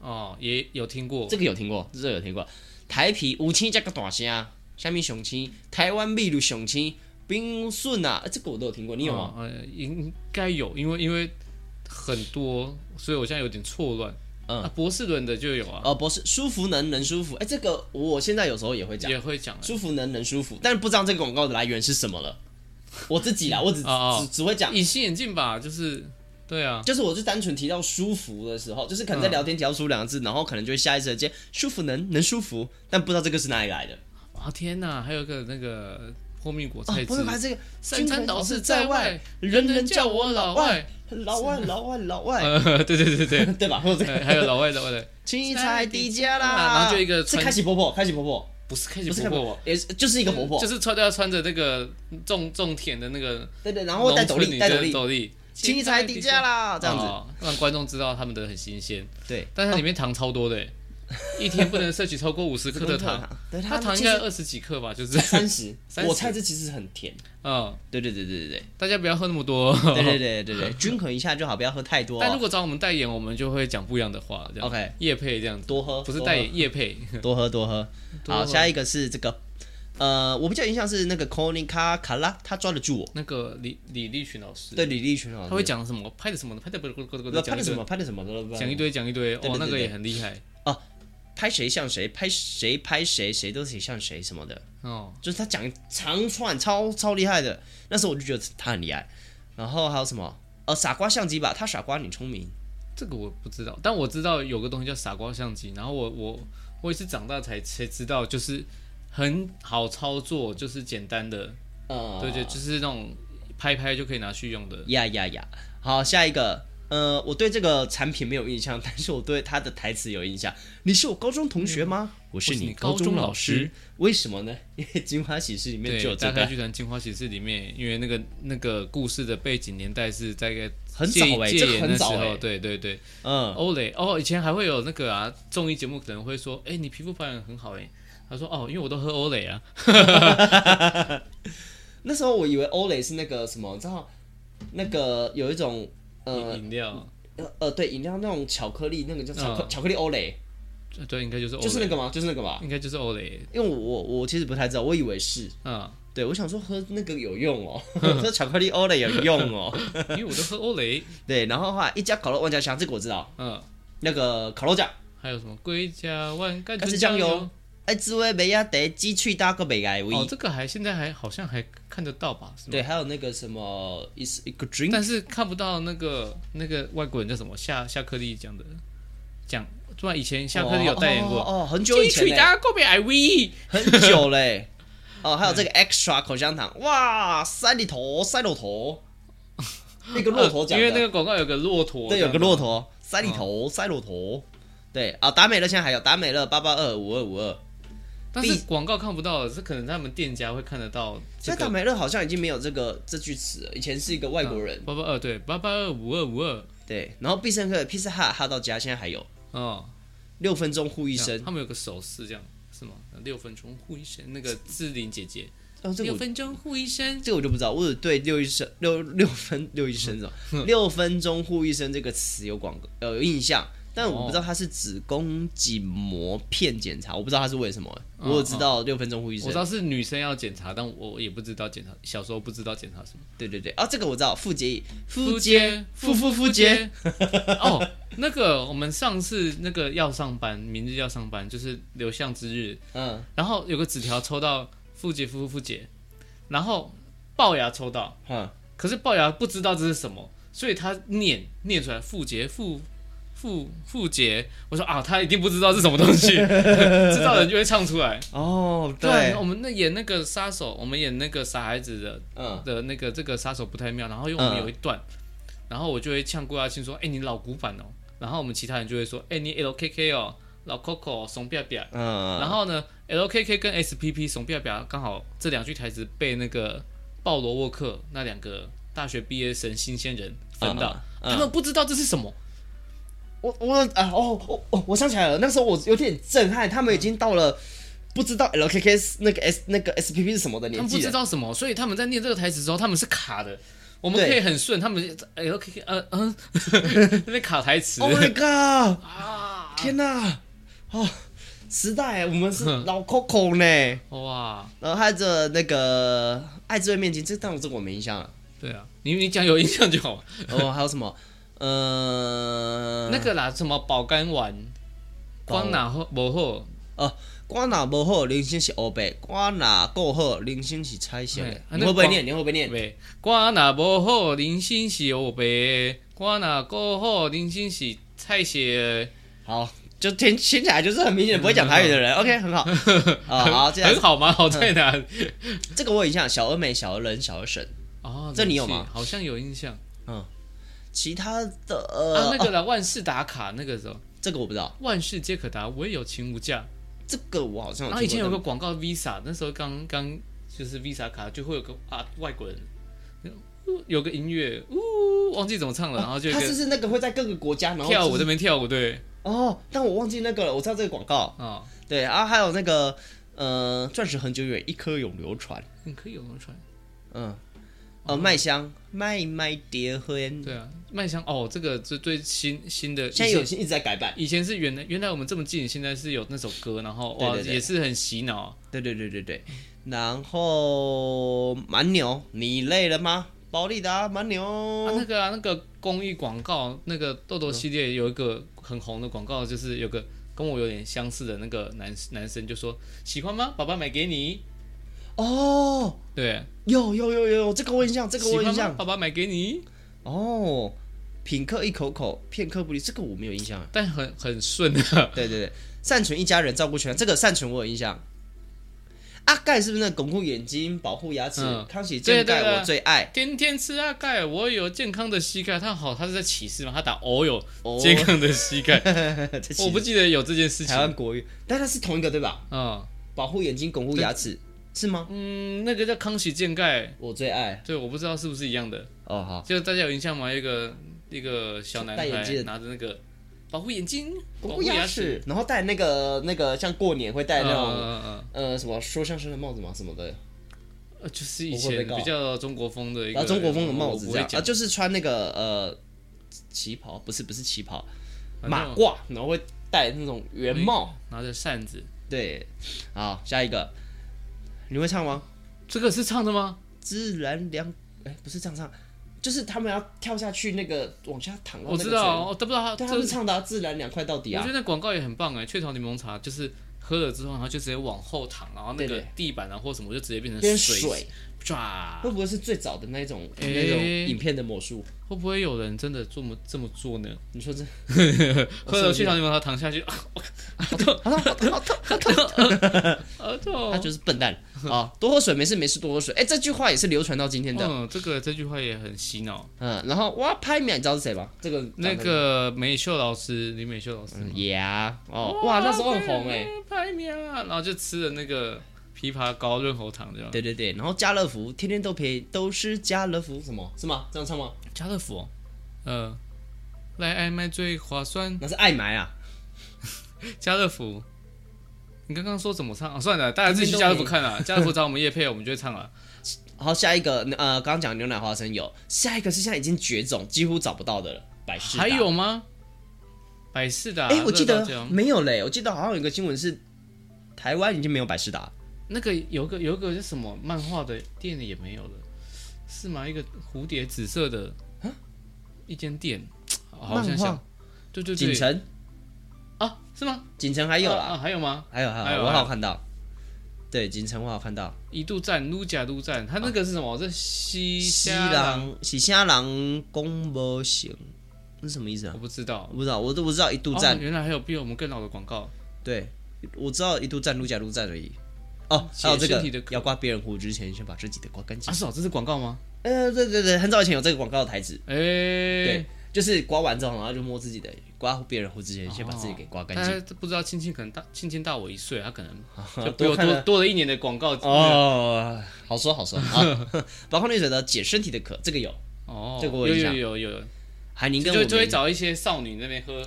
Speaker 1: 哦，也有听过
Speaker 2: 这个有听过，这个有听过。台啤五七加个大虾，虾米雄青，台湾秘鲁雄青，冰顺啊，这个我都有听过，你有吗？
Speaker 1: 哦呃，应该有，因为因为很多，所以我现在有点错乱。
Speaker 2: 嗯
Speaker 1: 啊，博士伦的就有啊，
Speaker 2: 哦，不是，舒服能人舒服，哎，这个我现在有时候也会讲，
Speaker 1: 也会讲啊。
Speaker 2: 舒服能人舒服，但不知道这个广告的来源是什么了。我自己啦，我只
Speaker 1: 哦哦
Speaker 2: 只只会讲
Speaker 1: 隐形眼镜吧，就是对啊，
Speaker 2: 就是我就单纯提到舒服的时候，就是可能在聊天提到舒服两个字，然后可能就会下意识的接舒服能能舒服，但不知道这个是哪里来的。
Speaker 1: 啊天哪，还有一个那个破密果
Speaker 2: 啊
Speaker 1: 菜，汁
Speaker 2: 不，是把这个
Speaker 1: 三餐老是
Speaker 2: 是
Speaker 1: 在
Speaker 2: 外
Speaker 1: 外，，
Speaker 2: 人
Speaker 1: 人
Speaker 2: 人
Speaker 1: 叫
Speaker 2: 叫
Speaker 1: 我
Speaker 2: 我
Speaker 1: 老
Speaker 2: 老
Speaker 1: 外
Speaker 2: 外，。老外老外老外，
Speaker 1: 呃， 对对对对，
Speaker 2: 对吧？或者这
Speaker 1: 呃
Speaker 2: 个
Speaker 1: 还 有老外老外的，
Speaker 2: 七彩迪迦
Speaker 1: 啊
Speaker 2: 啦，
Speaker 1: 然后就一个
Speaker 2: 是
Speaker 1: 穿
Speaker 2: 开喜婆婆，开喜婆婆
Speaker 1: 不是开
Speaker 2: 不是
Speaker 1: 始
Speaker 2: 开
Speaker 1: 婆婆
Speaker 2: 喜婆
Speaker 1: 我
Speaker 2: 婆，。也是就是一个婆婆
Speaker 1: 就，是穿要穿着那个种种田的那个
Speaker 2: 对对，然后带
Speaker 1: 农
Speaker 2: 啊斗
Speaker 1: 村
Speaker 2: 笠
Speaker 1: 女
Speaker 2: 带斗
Speaker 1: 生
Speaker 2: 笠，
Speaker 1: 斗笠，
Speaker 2: 七彩迪迦啦，这样子，
Speaker 1: 哦让观众知道他们的很新鲜。
Speaker 2: 对，啊
Speaker 1: 但它里面糖超多的欸，一天不能摄取超过五十克的糖，，
Speaker 2: 对，
Speaker 1: 它
Speaker 2: 它
Speaker 1: 糖应该二十几克吧， 就是，
Speaker 2: 三十，
Speaker 1: 30
Speaker 2: 我猜这其实很甜，
Speaker 1: 嗯，
Speaker 2: 对对对对对对。
Speaker 1: 大家不要喝那么多。
Speaker 2: 对对对对对，均衡一下就好，不要喝太多、
Speaker 1: 但如
Speaker 2: 哦。
Speaker 1: 果找我们代言，我们就会讲不一样的话，这样。
Speaker 2: OK
Speaker 1: 叶配这样子，
Speaker 2: 多喝
Speaker 1: 不是代言叶配。
Speaker 2: 多喝多喝。
Speaker 1: 多喝
Speaker 2: 好，下一个是这个，呃，我比较印象是那个 c o n i c a 卡拉，他抓得住我。
Speaker 1: 那个李李立群老师，
Speaker 2: 对，李立群老师，
Speaker 1: 他会讲什么？拍的什么呢？拍的不不不不
Speaker 2: 不
Speaker 1: 不，
Speaker 2: 拍
Speaker 1: 讲
Speaker 2: 的
Speaker 1: 一
Speaker 2: 什
Speaker 1: 堆
Speaker 2: 么，拍的什么的，
Speaker 1: 讲一堆讲一堆，
Speaker 2: 对
Speaker 1: 哦，
Speaker 2: 对
Speaker 1: 那个
Speaker 2: 对
Speaker 1: 也很厉害
Speaker 2: 拍谁像谁，拍谁拍谁，谁都谁像谁什么的，
Speaker 1: 哦。
Speaker 2: 就是他讲一长串超超厉害的。那时候我就觉得他很厉害。然后还有什么？呃，傻瓜相机吧，他傻瓜，你聪明。
Speaker 1: 这个我不知道，但我知道有个东西叫傻瓜相机，然后我我我也是长大才才知道，就是很好操作，就是简单的
Speaker 2: 呃，
Speaker 1: 对对，就是那种拍拍就可以拿去用的。
Speaker 2: 呀呀呀！好，下一个，呃，我对这个产品没有印象，但是我对他的台词有印象。你是我高中同学吗？我
Speaker 1: 嗯
Speaker 2: 是
Speaker 1: 我是你
Speaker 2: 你
Speaker 1: 高
Speaker 2: 高
Speaker 1: 中
Speaker 2: 中
Speaker 1: 老
Speaker 2: 老
Speaker 1: 师
Speaker 2: 师。为什么呢？因为《金花喜事》里面就
Speaker 1: 对，
Speaker 2: 有这
Speaker 1: 大概
Speaker 2: 个，
Speaker 1: 剧团《金花喜事》里面，因为那个那个故事的背景年代是大概
Speaker 2: 很
Speaker 1: 戒
Speaker 2: 早哎、
Speaker 1: 欸戒
Speaker 2: 这个
Speaker 1: 严的
Speaker 2: 很
Speaker 1: 时
Speaker 2: 早哎、
Speaker 1: 候，对对对。
Speaker 2: 嗯，
Speaker 1: 欧蕾哦，以前还会有那个啊，综艺节目可能会说，哎，你皮肤保养很好哎。他说哦，因为我都喝欧蕾啊，
Speaker 2: 那时候我以为欧蕾是那个什么，你知道那个有一种呃
Speaker 1: 饮料，
Speaker 2: 呃呃，对，饮料那种巧克力，那个叫巧克、
Speaker 1: 嗯
Speaker 2: 巧克力欧蕾，
Speaker 1: 对，应该就是欧
Speaker 2: 就是那
Speaker 1: 蕾，
Speaker 2: 个吗？就是那个吧？
Speaker 1: 应该就是欧蕾，
Speaker 2: 因为我我我其实不太知道，我以为是。
Speaker 1: 嗯，
Speaker 2: 对，我想说喝那个有用哦， 喝巧克力欧蕾有用哦。
Speaker 1: 因为我都喝欧蕾，
Speaker 2: 对，然后的话，一家烤肉万家香，这个我知道，
Speaker 1: 嗯，
Speaker 2: 那个烤肉酱，
Speaker 1: 还有什么龟甲万甘
Speaker 2: 甘
Speaker 1: 醇
Speaker 2: 醇
Speaker 1: 酱
Speaker 2: 酱油
Speaker 1: 油，哦
Speaker 2: 哎，滋味梅亚得鸡脆搭个北来味。
Speaker 1: 哦，这个还现在还好像还看得到吧？是吗
Speaker 2: 对，还有那个什么一一个 drink，
Speaker 1: 但是看不到那个那个外国人叫什么夏夏克利讲的讲，突然以前夏克利有代言
Speaker 2: 哦
Speaker 1: 过，
Speaker 2: 哦哦，很久以前嘞，
Speaker 1: 家购买 IV，
Speaker 2: 很久 嘞。哦，还有这个
Speaker 1: 嗯
Speaker 2: extra 口香糖，哇，塞里头，塞 骆头，那个骆驼
Speaker 1: 啊
Speaker 2: 讲
Speaker 1: 呃因为那
Speaker 2: 的，
Speaker 1: 个广告有个骆驼，嗯
Speaker 2: 对，有个骆驼，塞里头，塞骆驼。对啊，达美乐现在还有达美乐八八二五二五二，
Speaker 1: 但是广告看不到，是可能他们店家会看得到这
Speaker 2: 现在达
Speaker 1: 个。
Speaker 2: 美乐好像已经没有这个这句词了，以前是一个外国人，
Speaker 1: 八八二对八八二五二五二，
Speaker 2: 对，然后必胜客的披萨哈哈到家，现在还有
Speaker 1: 哦，
Speaker 2: 六分钟呼一
Speaker 1: 医
Speaker 2: 声。
Speaker 1: 他们有个手势这样是吗？六分钟呼一声，那个志玲姐姐，
Speaker 2: 哦，这个
Speaker 1: 六
Speaker 2: 我
Speaker 1: 分钟呼一声，
Speaker 2: 这个我就不知道，我只对六一声
Speaker 1: 嗯
Speaker 2: 六六分六一声是吧？六分钟呼一声这个词有广告呃有印象，但我不知道他是子宫颈膜片检查，我不知道他是为什么。我有知道六分钟呼吸
Speaker 1: 哦我
Speaker 2: 声
Speaker 1: 知，道是女生要检查，但我也不知道检查，小时候不知道检查什么。
Speaker 2: 对对对，哦，这个我知道，腹结
Speaker 1: 夫
Speaker 2: 腹
Speaker 1: 接
Speaker 2: 结
Speaker 1: 夫夫
Speaker 2: 腹腹
Speaker 1: 夫
Speaker 2: 腹
Speaker 1: 接
Speaker 2: 结，
Speaker 1: 哦，那个我们上次那个要上班，明日要上班，就是流向之日，
Speaker 2: 嗯，
Speaker 1: 然后有个纸条抽到富姐夫妇富姐，然后龅牙抽到，
Speaker 2: 哈，
Speaker 1: 可是龅牙不知道这是什么，所以他念念出来富杰富富富杰，我说啊，他一定不知道是什么东西， 知道的人就会唱出来。
Speaker 2: 哦，
Speaker 1: 对，我们那演那个杀手，我们演那个傻孩子的
Speaker 2: 嗯，
Speaker 1: 的那个这个杀手不太妙，然后因为我们
Speaker 2: 嗯
Speaker 1: 有一段，然后我就会呛顾亚庆说：“哎、你老古板哦。”然后我们其他人就会说：“哎、你 LKK 哦，老 Coco 哦怂彪彪。”
Speaker 2: 嗯，
Speaker 1: 然后呢，LKK 跟 SPP 怂彪彪刚好这两句台词被那个鲍罗沃克那两个大学毕业生新鲜人分到，
Speaker 2: 嗯嗯
Speaker 1: 他们不知道这是什么。
Speaker 2: 我我啊哦哦哦，我想起来了，那时候我有点震撼，他们已经到了不知道 LKK 是那个 S 那个 SPP 是什么的
Speaker 1: 他
Speaker 2: 年
Speaker 1: 们不
Speaker 2: 纪
Speaker 1: 知
Speaker 2: 了。
Speaker 1: 道什么，所以他们在念这个台词的时候，他们是卡的。我们
Speaker 2: 对
Speaker 1: 可以很顺，他们 L K K 呃 嗯，那边卡台词
Speaker 2: Oh my god！
Speaker 1: 啊，
Speaker 2: 天哪，哦，时代，我们是老 Coco 呢。
Speaker 1: 哇，
Speaker 2: 然后还有这那个爱滋味面筋，这但我这个我没印象 了。
Speaker 1: 对啊，你你讲有印象就好。
Speaker 2: 哦，还有什么？呃，
Speaker 1: 那个啦，什么保肝丸，光哪后不后，
Speaker 2: 哦，瓜哪不好，人生是黑白；瓜哪够好，人生是彩色
Speaker 1: 对
Speaker 2: 的
Speaker 1: 啊。那
Speaker 2: 你
Speaker 1: 个
Speaker 2: 会不会
Speaker 1: 光
Speaker 2: 念？你会不会念？
Speaker 1: 对，光哪不好，人生是黑白；光哪过好，人生是菜色。
Speaker 2: 好，就听听起来就是很明显不会讲台语 的人。OK，很好。啊，好，这样嗯
Speaker 1: 很好吗？好在哪？
Speaker 2: 这个我有印象，小而美、小而人、小而神。
Speaker 1: 哦，
Speaker 2: 这你有
Speaker 1: 冷气
Speaker 2: 吗
Speaker 1: 好像有印象
Speaker 2: 其他的
Speaker 1: 啊
Speaker 2: 呃，，
Speaker 1: 那个啦，万事打卡那个时候，
Speaker 2: 这个我不知道，
Speaker 1: 万事皆可达，唯有情无价。
Speaker 2: 这个我好像
Speaker 1: 然
Speaker 2: 有
Speaker 1: 后啊
Speaker 2: 听
Speaker 1: 以前有
Speaker 2: 过
Speaker 1: 个广告 Visa，那时候刚刚就是 Visa 卡就会有个啊外国人，有个音乐，呜，忘记怎么唱了，然后就有
Speaker 2: 但哦他
Speaker 1: 一
Speaker 2: 是
Speaker 1: 个
Speaker 2: 不是那个会在各个国家然后
Speaker 1: 跳
Speaker 2: 就
Speaker 1: 舞
Speaker 2: 是
Speaker 1: 这边跳舞，对，
Speaker 2: 哦，但我忘记那个了，我知道这个广告。
Speaker 1: 啊，
Speaker 2: 对，然后还有那个呃，钻石恒久远，一颗永流传。
Speaker 1: 你可以有人传，
Speaker 2: 嗯，呃，麦香麦麦蝶婚，
Speaker 1: 哦对啊，麦香哦，这个这最新新的，
Speaker 2: 现在有些一直在改版。
Speaker 1: 以前是原来原来我们这么近，现在是有那首歌，然后哇
Speaker 2: 对对对
Speaker 1: 也是很洗脑，啊
Speaker 2: 对对对对对，然后蛮牛，你累了吗？保利达蛮
Speaker 1: 啊，
Speaker 2: 牛
Speaker 1: 那，个啊，那个公益广告，那个豆豆系列有一个很红的广告，就是有个跟我有点相似的那个男男生就说喜欢吗？爸爸买给你。
Speaker 2: 哦，
Speaker 1: 对，
Speaker 2: 有有有有，这个我印象，这个
Speaker 1: 喜
Speaker 2: 我
Speaker 1: 欢
Speaker 2: 印
Speaker 1: 吗？
Speaker 2: 象。
Speaker 1: 爸爸买给你，
Speaker 2: 哦，品客一口口，片刻不离，这个我没有印象。
Speaker 1: 但很很顺的。
Speaker 2: 对对对，善存一家人照顾全，这个善存我有印象。阿盖是不是那个巩固眼睛、保护牙齿？
Speaker 1: 嗯
Speaker 2: 康熙
Speaker 1: 对对
Speaker 2: 健
Speaker 1: 对
Speaker 2: 钙我最爱。
Speaker 1: 天天吃阿钙，我有健康的膝盖。他好，他是在歧视吗？他打哦有
Speaker 2: 哦
Speaker 1: 健康的膝盖，
Speaker 2: 这其
Speaker 1: 我不
Speaker 2: 实
Speaker 1: 记得有这件事情
Speaker 2: 台。湾国语，但它是同一个对吧？
Speaker 1: 嗯
Speaker 2: 保护眼睛、巩固牙齿是吗？
Speaker 1: 嗯，那个叫康熙健钙，
Speaker 2: 我最爱。
Speaker 1: 对，我不知道是不是一样的。
Speaker 2: 哦好，
Speaker 1: 就大家有印象吗？一个一个小男
Speaker 2: 戴眼
Speaker 1: 孩
Speaker 2: 镜
Speaker 1: 拿着那个保护眼睛、保
Speaker 2: 巩固
Speaker 1: 护
Speaker 2: 牙
Speaker 1: 齿，
Speaker 2: 齿，然后戴那个那个像过年会戴那
Speaker 1: 嗯
Speaker 2: 种
Speaker 1: 嗯嗯
Speaker 2: 呃什么说相声的帽子嘛什么的，
Speaker 1: 嗯呃，就是以
Speaker 2: 我会被
Speaker 1: 前
Speaker 2: 告
Speaker 1: 比较中国风的一
Speaker 2: 然
Speaker 1: 个
Speaker 2: 后中国风的帽
Speaker 1: 我
Speaker 2: 子
Speaker 1: 不
Speaker 2: 这
Speaker 1: 会
Speaker 2: 样，啊
Speaker 1: 讲
Speaker 2: 就是穿那个呃旗袍，不是不是旗袍，
Speaker 1: 反正
Speaker 2: 马褂，然后会戴那种圆帽。
Speaker 1: 拿着扇子，
Speaker 2: 对，好，下一个，你会唱吗？
Speaker 1: 这个是唱的吗？
Speaker 2: 自然凉，哎、不是这样唱，就是他们要跳下去那个往下躺到
Speaker 1: 我
Speaker 2: 那
Speaker 1: 知
Speaker 2: 个水里。
Speaker 1: 道，我都不知道他这
Speaker 2: 对，他
Speaker 1: 个
Speaker 2: 们。唱的啊、自然凉快到底
Speaker 1: 我
Speaker 2: 啊
Speaker 1: 觉得。那广告也很棒哎，雀巢柠檬茶就是喝了之后，然后就直接往后躺，然后那
Speaker 2: 对
Speaker 1: 个
Speaker 2: 对
Speaker 1: 地板啊或什么就直接变成
Speaker 2: 变
Speaker 1: 水
Speaker 2: 水，
Speaker 1: 唰
Speaker 2: 会。不会是最早的那种、
Speaker 1: 哎
Speaker 2: 那种影片的魔术？
Speaker 1: 会不会有人真的这么这么做呢？
Speaker 2: 你说这
Speaker 1: 喝了雀巢柠檬茶躺下去， 啊好痛，好痛，好痛，好痛，好痛！
Speaker 2: 他就是笨蛋啊！多喝水，没事没事，多喝水。哎、这句话也是流传到今天的。
Speaker 1: 嗯，这个这句话也很洗脑。
Speaker 2: 嗯，然后哇，拍秒，你知道是谁吗？这个
Speaker 1: 那个美秀老师，李美秀老师嘛，
Speaker 2: 牙哦，哇，那时候很红哎、
Speaker 1: 拍面啊，然后就吃了那个枇杷膏润喉糖这样。
Speaker 2: 对对对，然后家乐福天天都陪，都是家乐福，什么是吗？这样唱吗？
Speaker 1: 家乐福哦，呃，来爱麦最划算。
Speaker 2: 那是爱买啊，
Speaker 1: 家乐福，你刚刚说怎么唱？啊、算了，大家自己去家乐福 看啦。家乐福找我们叶配，我们就会唱了。
Speaker 2: 然后下一个，呃，刚刚讲牛奶花生有，下一个是现在已经绝种，几乎找不到的了，百事达
Speaker 1: 还有吗？百事达，
Speaker 2: 哎、我记
Speaker 1: 乐
Speaker 2: 得
Speaker 1: 高这样
Speaker 2: 没有嘞，我记得好像有一个新闻是台湾已经没有百事达，
Speaker 1: 那个有个有个是什么漫画的店也没有了，是吗？一个蝴蝶紫色的，一间店，好像
Speaker 2: 啊漫
Speaker 1: 想
Speaker 2: 画，
Speaker 1: 对对
Speaker 2: 锦
Speaker 1: 对，
Speaker 2: 城
Speaker 1: 啊，是吗？
Speaker 2: 锦城还有
Speaker 1: 啊，啊
Speaker 2: 啦，
Speaker 1: 还有吗？
Speaker 2: 还有还
Speaker 1: 还
Speaker 2: 有，
Speaker 1: 有
Speaker 2: 我
Speaker 1: 还
Speaker 2: 好
Speaker 1: 有
Speaker 2: 看到，对，锦城我好看到，
Speaker 1: 一度站，撸甲撸站，它那个是什么？这西
Speaker 2: 西
Speaker 1: 虾郎，
Speaker 2: 郎喜虾郎公波行，那是什么意思啊
Speaker 1: 我？不知道
Speaker 2: 我。不知道，我都不知道一度站
Speaker 1: 哦，原来还有比我们更老的广告，
Speaker 2: 对，我知道一度站路假路站而已。哦，还有这
Speaker 1: 解身体的
Speaker 2: 个
Speaker 1: 渴
Speaker 2: 要刮别人胡之前，先把自己的刮干净
Speaker 1: 啊，。是哦，这是广告吗？
Speaker 2: 呃，对对对，很早以前有这个广告的台词，
Speaker 1: 哎、
Speaker 2: 对，就是刮完之后，然后就摸自己的，刮别人胡之前，先把自己给刮干净。
Speaker 1: 大呃家不知道青青可能大青青大我一岁，他可 能就比
Speaker 2: 多
Speaker 1: 我
Speaker 2: 看
Speaker 1: 多
Speaker 2: 了
Speaker 1: 多了一年的广告
Speaker 2: 哦，好说好说 啊，包括那水的解身体的渴，这个有。
Speaker 1: 哦，
Speaker 2: 这个我
Speaker 1: 有
Speaker 2: 有印象
Speaker 1: 有有有有，
Speaker 2: 海宁
Speaker 1: 就就
Speaker 2: 跟我
Speaker 1: 就会
Speaker 2: 们
Speaker 1: 找一些少女那边喝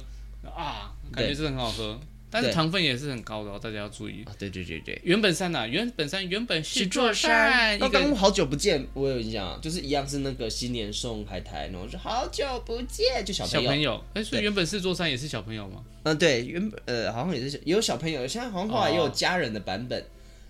Speaker 1: 啊，感觉
Speaker 2: 对
Speaker 1: 真的很好喝，但是
Speaker 2: 对
Speaker 1: 糖分也是很高的哦，大家要注意。
Speaker 2: 啊，对对对对，
Speaker 1: 原本山呐、原本山原本是座
Speaker 2: 山
Speaker 1: 山，
Speaker 2: 那
Speaker 1: 一
Speaker 2: 刚
Speaker 1: 个
Speaker 2: 好久不见，我有印象啊，就是一样是那个新年送海苔，然后说好久不见，就小
Speaker 1: 小
Speaker 2: 朋友
Speaker 1: 朋。友，哎，所
Speaker 2: 对
Speaker 1: 以原本是座山也是小朋友吗？
Speaker 2: 嗯，对，原本呃好像也是小也有小朋友，现在好像后来也有家人的版本，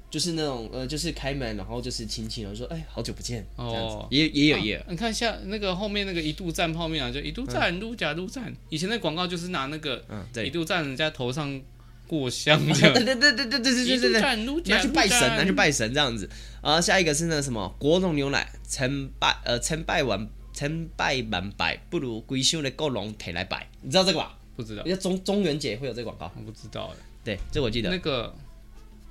Speaker 2: 就是那种呃就是开门然后就是亲亲，然后说哎好久不见这样子
Speaker 1: 哦，
Speaker 2: 也也有也有
Speaker 1: 啊你看一下那个后面那个一度站泡面啊，就一度站撸甲撸站，以前的广告就是拿那个
Speaker 2: 嗯
Speaker 1: 一
Speaker 2: 对，
Speaker 1: 度站人家头上过香这
Speaker 2: 对
Speaker 1: 样，
Speaker 2: 对对对对对 对
Speaker 1: 一
Speaker 2: 对
Speaker 1: 度
Speaker 2: 对对，
Speaker 1: 站撸甲
Speaker 2: 拿去拜神，
Speaker 1: 撸站
Speaker 2: 拿去拜神这样子。然后下一个是那个什么国农牛奶，成败呃成败完成败万百，不如归修的够龙腿来摆，你知道这个吧？
Speaker 1: 不知道
Speaker 2: 人，家中中元节会有这个广告，
Speaker 1: 我不知道哎。
Speaker 2: 对，这我记得
Speaker 1: 那。个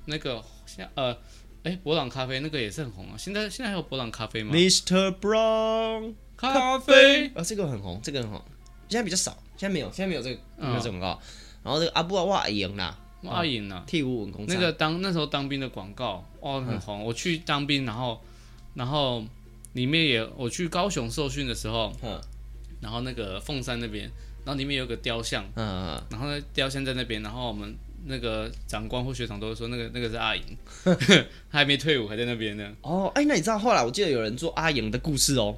Speaker 1: 那个像呃，哎，博朗咖啡那个也是很红啊。现在现在还有博朗咖啡吗？
Speaker 2: Mr. Brown，
Speaker 1: 咖啡
Speaker 2: 啊，这个很红，这个很红，现在比较少，现在没有，现在没有这个
Speaker 1: 嗯
Speaker 2: 没有这种广告。然后这个阿布阿瓦赢啦，
Speaker 1: 阿颖啊，
Speaker 2: 替五文工厂
Speaker 1: 那个当那时候当兵的广告哦很红。我去当兵，然后然后里面也我去高雄受训的时候，
Speaker 2: 嗯
Speaker 1: 然后那个凤山那边，然后里面有个雕像，
Speaker 2: 嗯，嗯
Speaker 1: 然后那雕像在那边，然后我们。那个长官或学长都会说，那个那个是阿颖， 他还没退伍，还在那边呢。
Speaker 2: 哦，哎，那你知道后来我记得有人做阿莹的故事哦，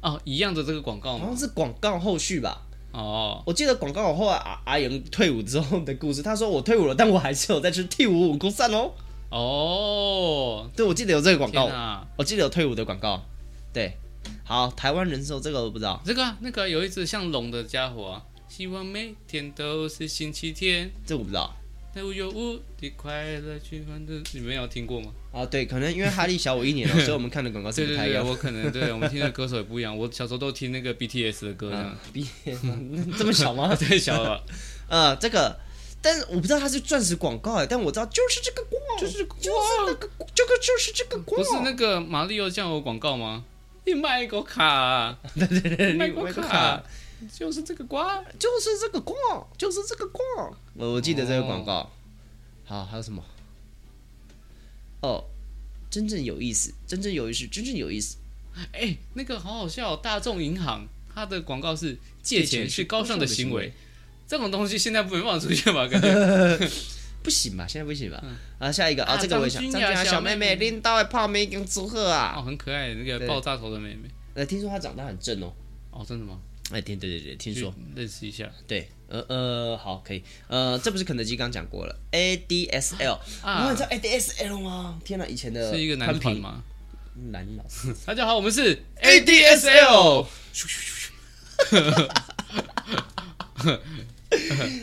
Speaker 1: 哦，一样的这个广告
Speaker 2: 好
Speaker 1: 吗？
Speaker 2: 像是广告后续吧。
Speaker 1: 哦，
Speaker 2: 我记得广告后来阿阿莹退伍之后的故事，她说我退伍了，但我还是有在吃替五文工散哦。
Speaker 1: 哦，
Speaker 2: 对，我记得有这个广
Speaker 1: 天
Speaker 2: 告，
Speaker 1: 啊！
Speaker 2: 我记得有退伍的广告。对，好，台湾人寿这个我不知道，
Speaker 1: 这个、啊、那个有一只像龙的家伙、啊，希望每天都是星期天，
Speaker 2: 这我不知道。
Speaker 1: 那无忧无的快乐去欢乐。你们有听过吗？
Speaker 2: 啊，对，可能因为哈利小我一年了，所以我们看的广告是
Speaker 1: 对
Speaker 2: 不
Speaker 1: 对
Speaker 2: 太一
Speaker 1: 对，
Speaker 2: 样。
Speaker 1: 我可能对我们听的歌手也不一样。我小时候都听那个 BTS 的歌，这样
Speaker 2: 啊， 毕业嗯这么小 吗？
Speaker 1: 太小啊了吧。
Speaker 2: 呃，这个，但是我不知道它是钻石广告哎，但我知道就是这个光，
Speaker 1: 就是
Speaker 2: 就是那个光这个就是这个光，
Speaker 1: 不是那个马里奥酱油广告吗？你卖个卡啊，
Speaker 2: 对对对，
Speaker 1: 你卖
Speaker 2: 你
Speaker 1: 个
Speaker 2: 个
Speaker 1: 卡，，啊就是这个瓜。
Speaker 2: 就是这个光，就是这个光。哦我我记得这个广告。好，还有什么？哦，真正有意思，真正有意思，真正有意思。
Speaker 1: 哎、那个好好笑哦、大众银行它的广告是借钱是高尚的行为，这种东西现在不没办法出现吧？感觉。
Speaker 2: 不行吧？现在不行吧？啊，下一个啊，
Speaker 1: 啊
Speaker 2: 这个我也想。
Speaker 1: 张君
Speaker 2: 张君
Speaker 1: 雅
Speaker 2: 雅
Speaker 1: 小
Speaker 2: 小
Speaker 1: 妹
Speaker 2: 妹妹
Speaker 1: 妹
Speaker 2: 拎刀的泡面跟祝贺
Speaker 1: 哦，
Speaker 2: 啊！
Speaker 1: 很可爱，那个
Speaker 2: 对
Speaker 1: 爆炸头的妹妹。
Speaker 2: 呃，听说她长得很正哦。
Speaker 1: 哦，真的吗？
Speaker 2: 哎，听对对对，听说
Speaker 1: 去认识一下
Speaker 2: 对，呃呃，好，可以，呃，这不是肯德基刚讲过了，ADSL，你
Speaker 1: 啊
Speaker 2: 们知，道 ADSL 吗？天哪，以前的
Speaker 1: 是一个男团
Speaker 2: 团
Speaker 1: 吗？
Speaker 2: 品男老师
Speaker 1: 大家好，我们是哦
Speaker 2: ADSL，